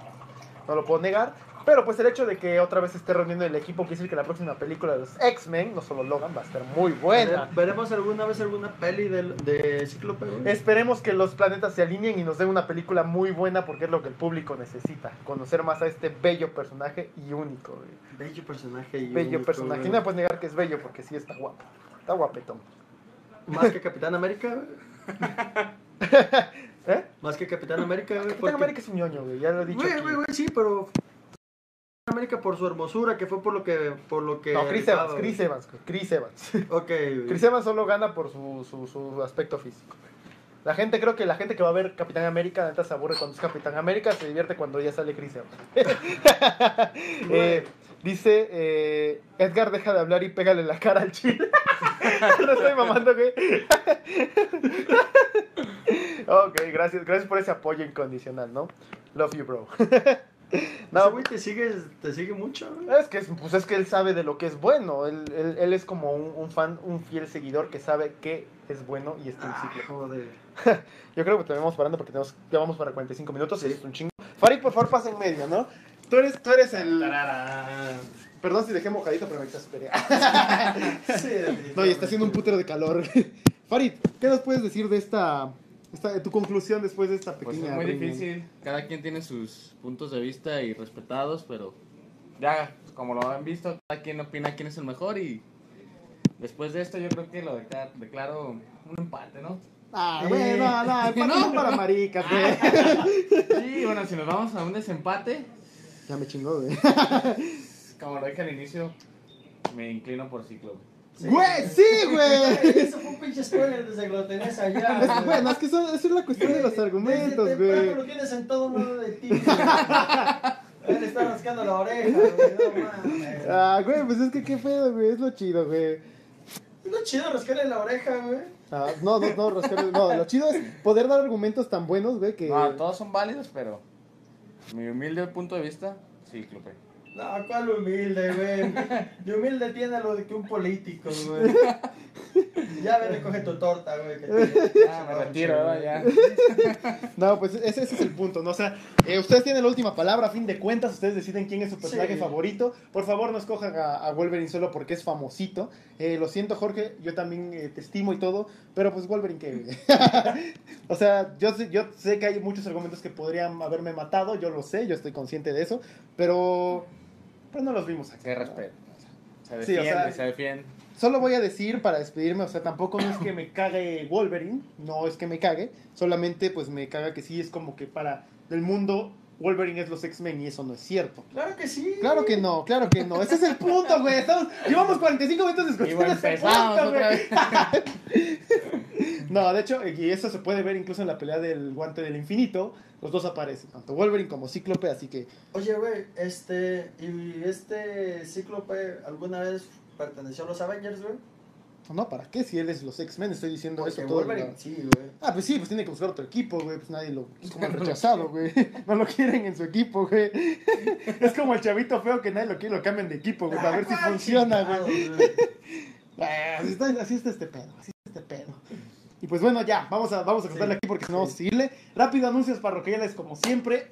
Speaker 1: no lo puedo negar, pero pues el hecho de que otra vez esté reuniendo el equipo quiere decir que la próxima película de los X-Men, no solo Logan, va a estar muy buena.
Speaker 2: Vere- ¿Veremos alguna vez alguna peli del- de Cíclope, güey?
Speaker 1: Esperemos que los planetas se alineen y nos den una película muy buena porque es lo que el público necesita. Conocer más a este bello personaje y único. güey.
Speaker 2: Bello personaje. y
Speaker 1: Bello
Speaker 2: único,
Speaker 1: personaje.
Speaker 2: güey.
Speaker 1: No me puedes negar que es bello porque sí está guapo. Está guapetón.
Speaker 2: Más que Capitán América,
Speaker 1: [laughs]
Speaker 2: güey.
Speaker 1: ¿Eh?
Speaker 2: Más que Capitán América, güey.
Speaker 1: Capitán
Speaker 2: porque-
Speaker 1: América es un ñoño, güey. Ya lo he dicho.
Speaker 2: Güey,
Speaker 1: aquí.
Speaker 2: güey, güey, sí, pero. América por su hermosura, que fue por lo que. Por lo que
Speaker 1: No, Chris Evans, Chris Evans, Chris Evans.
Speaker 2: Ok, güey.
Speaker 1: Chris Evans solo gana por su, su, su aspecto físico. La gente, creo que la gente que va a ver Capitán América, la neta se aburre cuando es Capitán América, se divierte cuando ya sale Chris
Speaker 2: [laughs]
Speaker 1: Evans. Eh, dice, eh, Edgar, deja de hablar y pégale la cara al chile. [laughs] no estoy mamando, güey. [laughs] ok, gracias, gracias por ese apoyo incondicional, ¿no? Love you, bro. [laughs]
Speaker 2: Ese güey te sigue, te sigue mucho, güey.
Speaker 1: Es que, es- pues es que él sabe de lo que es bueno. Él, él- él es como un, un fan, un fiel seguidor que sabe qué es bueno y está en ciclo.
Speaker 2: Joder.
Speaker 1: Yo creo que también vamos parando porque tenemos, ya vamos para 45 minutos y es un chingo. Farid, por favor, pasa en medio, ¿no? Tú eres, tú eres el... Perdón si dejé mojadito, pero me exasperé. Ah, No, y está haciendo un putero de calor. [laughs] Farid, ¿qué nos puedes decir de esta... esta- de tu conclusión después de esta
Speaker 4: Pues
Speaker 1: pequeña...
Speaker 4: es muy
Speaker 1: reunión?
Speaker 4: difícil. Cada quien tiene sus puntos de vista y respetados, pero ya, pues, como lo han visto, cada quien opina quién es el mejor y después de esto yo creo que lo decla- declaro un
Speaker 1: [laughs]
Speaker 4: empate, ¿no?
Speaker 1: Ah,
Speaker 2: Eh.
Speaker 1: bueno, no, [laughs] no, el pato es para maricas, güey.
Speaker 4: Sí, bueno, si nos vamos a un desempate,
Speaker 1: Ya me chingó, güey.
Speaker 4: como lo dije al inicio, me inclino por ciclo.
Speaker 1: ¡Güey, sí, güey!
Speaker 2: [laughs] Eso fue un pinche spoiler desde que lo tenés allá.
Speaker 1: [laughs] Es, bueno, es que eso, eso es la cuestión de los argumentos, güey.
Speaker 2: lo tienes en todo lado
Speaker 1: [laughs]
Speaker 2: de ti. güey. Le está rascando la oreja, güey. No mames.
Speaker 1: Ah, güey, pues es que qué pedo, güey. Es lo chido, güey.
Speaker 2: Es lo chido rascarle la oreja, güey.
Speaker 1: Ah, no, no, no, Roscar, no. Lo chido es poder dar argumentos tan buenos, güey, que.
Speaker 4: No, todos son válidos, pero mi humilde punto de vista, cíclope.
Speaker 2: No, cuál humilde, güey. De humilde tiene lo de que un político, güey. Ya ven, recoge tu torta, güey. que te-
Speaker 4: Ya,
Speaker 1: Ah,
Speaker 4: me retiro, ¿verdad? ya.
Speaker 1: No, pues ese, ese es el punto, ¿no? O sea, eh, ustedes tienen la última palabra, a fin de cuentas, ustedes deciden quién es su personaje
Speaker 2: Sí.
Speaker 1: favorito. Por favor, no escojan a, a Wolverine solo porque es famosito. Eh, lo siento, Jorge, yo también eh, te estimo y todo, pero pues Wolverine, ¿qué? [laughs] güey? o sea, yo sé, yo sé que hay muchos argumentos que podrían haberme matado, yo lo sé, yo estoy consciente de eso, pero, pero no los vimos aquí.
Speaker 4: Que respeto. Se
Speaker 1: Sí,
Speaker 4: defiende,
Speaker 1: o sea-
Speaker 4: se defiende.
Speaker 1: Solo voy a decir para despedirme, o sea, tampoco no es que me cague Wolverine, no es que me cague, solamente pues me caga que sí es como que para el mundo Wolverine es los X-Men y eso no es cierto.
Speaker 2: Claro que sí.
Speaker 1: Claro que no, claro que no, ese es el punto, güey. Estamos, llevamos 45 minutos
Speaker 4: Y
Speaker 1: discutiendo
Speaker 4: bueno,
Speaker 1: ese
Speaker 4: empezamos
Speaker 1: punto,
Speaker 4: otra
Speaker 1: güey.
Speaker 4: vez.
Speaker 1: No, de hecho, y eso se puede ver incluso en la pelea del guante del infinito, los dos aparecen, tanto Wolverine como Cíclope, así que
Speaker 2: Oye, güey, este. ¿Y este cíclope alguna vez perteneció a los Avengers, güey?
Speaker 1: no, ¿para qué si él es los X-Men? Estoy diciendo
Speaker 2: Porque
Speaker 1: eso todo.
Speaker 2: Wolverine,
Speaker 1: ¿verdad?
Speaker 2: sí, güey.
Speaker 1: Ah, pues sí, pues tiene que buscar otro equipo, güey. Pues nadie lo. Es como el rechazado, güey. [laughs] No lo quieren en su equipo, güey. [laughs] Es como el chavito feo que nadie lo quiere, lo cambian de equipo, güey, para ver si funciona, güey. Ah, Así está, así está este pedo, así está este pedo. Y pues bueno, ya, vamos a, vamos a cortarle aquí porque si no vamos a seguirle. Rápido, anuncios parroquiales como siempre.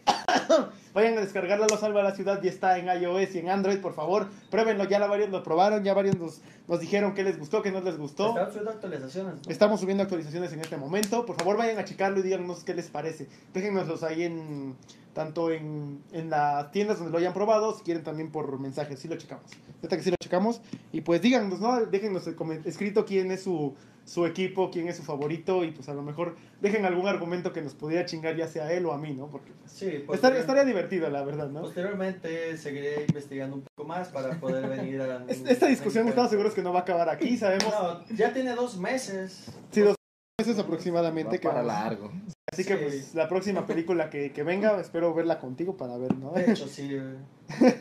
Speaker 1: [coughs] Vayan a descargarla, lo salva la ciudad, ya está en iOS y en Android, por favor. Pruébenlo, ya la varios lo probaron, ya varios nos, nos dijeron qué les gustó, qué no les gustó.
Speaker 2: Están subiendo actualizaciones. ¿no?
Speaker 1: Estamos subiendo actualizaciones en este momento. Por favor, vayan a checarlo y díganos qué les parece. Déjennoslos ahí en tanto en, en las tiendas donde lo hayan probado, si quieren también por mensajes, sí lo checamos. Neta que sí lo checamos. Y pues díganos, ¿no? Déjennos el comen- escrito quién es su, su equipo, quién es su favorito y pues a lo mejor dejen algún argumento que nos pudiera chingar ya sea a él o a mí, ¿no? Porque
Speaker 2: Sí, pues.
Speaker 1: estaría, estaría divertido, la verdad, ¿no?
Speaker 2: Posteriormente seguiré investigando un poco más para poder venir a...
Speaker 1: Es- Esta discusión estamos seguros que no va a acabar aquí, sabemos
Speaker 2: No, ya tiene dos meses.
Speaker 1: Sí, dos meses
Speaker 4: Va
Speaker 1: aproximadamente que
Speaker 4: para
Speaker 1: vamos-
Speaker 4: largo.
Speaker 1: Así que
Speaker 2: Sí.
Speaker 1: pues la próxima película que, que venga, espero verla contigo para ver, ¿no?
Speaker 2: De hecho, sí. güey.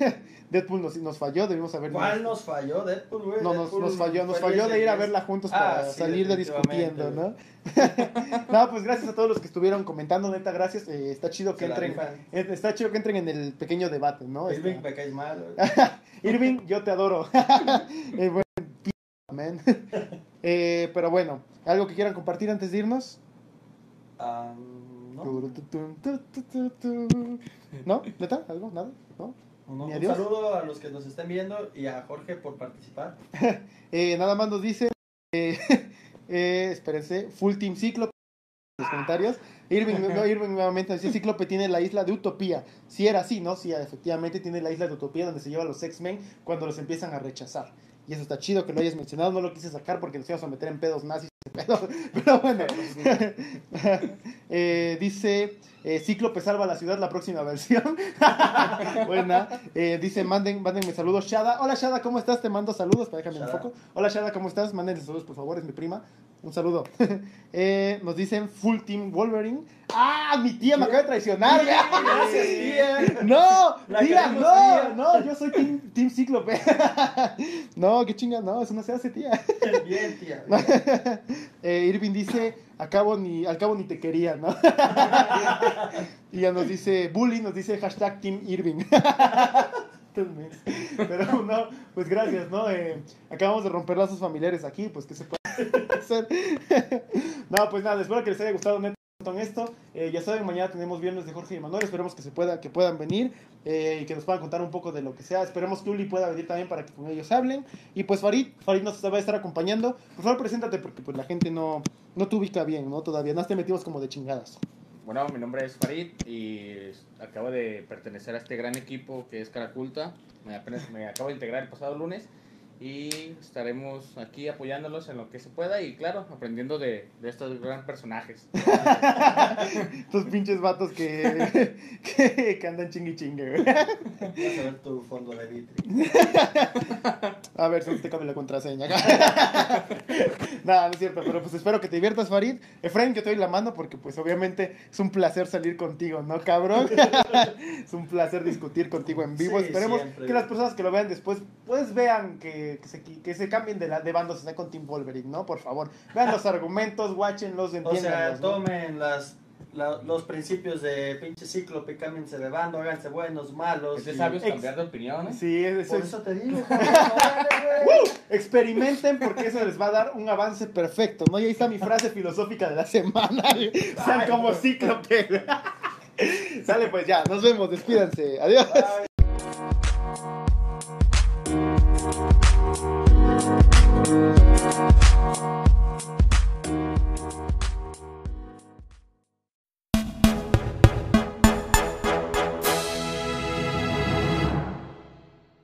Speaker 1: Deadpool nos, nos falló, debimos haber
Speaker 2: ¿Cuál nos falló? Deadpool, güey.
Speaker 1: No, nos,
Speaker 2: Deadpool
Speaker 1: nos falló, nos
Speaker 2: fue
Speaker 1: falló de ir a
Speaker 2: diez.
Speaker 1: verla juntos
Speaker 2: Ah,
Speaker 1: para
Speaker 2: sí,
Speaker 1: salir de
Speaker 2: definitivamente,
Speaker 1: discutiendo, ¿no? no, [laughs] pues gracias a todos los que estuvieron comentando, neta, gracias. eh, está chido que
Speaker 2: Se la
Speaker 1: entren.
Speaker 2: rifan.
Speaker 1: eh, Está chido que entren en el pequeño debate, ¿no? Está-
Speaker 2: Irving me caes mal, güey.
Speaker 1: [laughs] Irving, yo te adoro. [laughs] Eh, bueno, [laughs] p- man. Eh, pero bueno, ¿algo que quieran compartir antes de irnos?
Speaker 2: Ah, ¿no?
Speaker 1: ¿No? ¿Neta? ¿Algo? ¿Nada? ¿No?
Speaker 2: No,
Speaker 1: Ni
Speaker 2: Un
Speaker 1: adiós.
Speaker 2: saludo a los que nos estén viendo y a Jorge por participar. [laughs]
Speaker 1: Eh, nada más nos dice, eh, [laughs] eh, espérense, Full Team Cíclope en los comentarios. Irving, no, Irving nuevamente nos dice, Cíclope tiene la isla de Utopía. Si era así, ¿no? Sí, efectivamente tiene la isla de Utopía donde se lleva a los X-Men cuando los empiezan a rechazar. Y [laughs] eso está chido que lo hayas mencionado, no lo quise sacar porque nos íbamos a meter en pedos nazis Pero, pero bueno, [laughs] Eh, dice eh, Cíclope salva la ciudad, la próxima [laughs] versión. Buena. Eh, dice, manden, mándenme saludos. Shada, hola Shada, ¿cómo estás? Te mando saludos. Para déjame un
Speaker 2: Shada.
Speaker 1: poco. Hola Shada, ¿cómo estás? Mándenle saludos, por favor, es mi prima. Un saludo. Eh, nos dicen Full Team Wolverine. ¡Ah! Mi tía me acaba de traicionar.
Speaker 2: Gracias, tía.
Speaker 1: ¡No!
Speaker 2: La
Speaker 1: tía,
Speaker 2: queremos,
Speaker 1: no,
Speaker 2: tía.
Speaker 1: no, yo soy Team, team Cíclope. [laughs] no, qué chinga, no, eso no se hace, tía.
Speaker 2: Bien, tía.
Speaker 1: Eh, Irving dice, al cabo ni, al cabo ni te quería, ¿no? y ya nos dice, Bully nos dice hashtag Team Irving. Pero no, pues gracias, ¿no? Eh, acabamos de romper lazos familiares aquí, pues que se puede hacer. [laughs] no, pues nada, espero que les haya gustado neta, un montón esto. Eh, ya saben, mañana tenemos viernes de Jorge y Manuel, esperemos que se pueda, que puedan venir eh, y que nos puedan contar un poco de lo que sea. Esperemos que Uli pueda venir también para que con ellos hablen. Y pues Farid, Farid nos va a estar acompañando. Por favor, preséntate porque pues la gente no, no te ubica bien, ¿no? Todavía, no te metimos como de chingadas.
Speaker 4: Bueno, mi nombre es Farid y acabo de pertenecer a este gran equipo que es Caraculta. Me, apenas- me acabo de integrar el pasado lunes y estaremos aquí apoyándolos en lo que se pueda y, claro, aprendiendo de, de estos gran personajes.
Speaker 1: Estos pinches vatos que, [laughs] que, que andan chingui chingue, güey.
Speaker 2: Vas a ver tu fondo de vitri.
Speaker 1: A ver, si te cambia la contraseña. [laughs] Nada, no es cierto, pero pues espero que te diviertas, Farid. Efraín, yo te doy la mano porque pues obviamente es un placer salir contigo, ¿no, cabrón? [laughs] es un placer discutir contigo en vivo.
Speaker 2: Sí,
Speaker 1: Esperemos
Speaker 2: siempre.
Speaker 1: que las personas que lo vean después, pues vean que, que se, que se cambien de, la, de bandos, están con Team Wolverine, ¿no? Por favor, vean los argumentos, guáchenlos,
Speaker 2: O sea,
Speaker 1: entiéndanlos. ¿no?
Speaker 2: tomen las, la- los principios de pinche cíclope, cámbiense de bando, háganse buenos, malos.
Speaker 4: Es
Speaker 2: y-
Speaker 4: sabio
Speaker 1: ex-
Speaker 4: cambiar de opinión, ¿eh?
Speaker 1: Sí, es, es-
Speaker 2: Por eso te
Speaker 1: [laughs]
Speaker 2: digo, cabrón, órale, güey.
Speaker 1: Experimenten porque eso les va a dar un avance perfecto, ¿no? Y ahí está mi frase filosófica de la semana. güey. Sean como cíclope. Sale pues ya, nos vemos, despídanse. Adiós.
Speaker 2: Ay,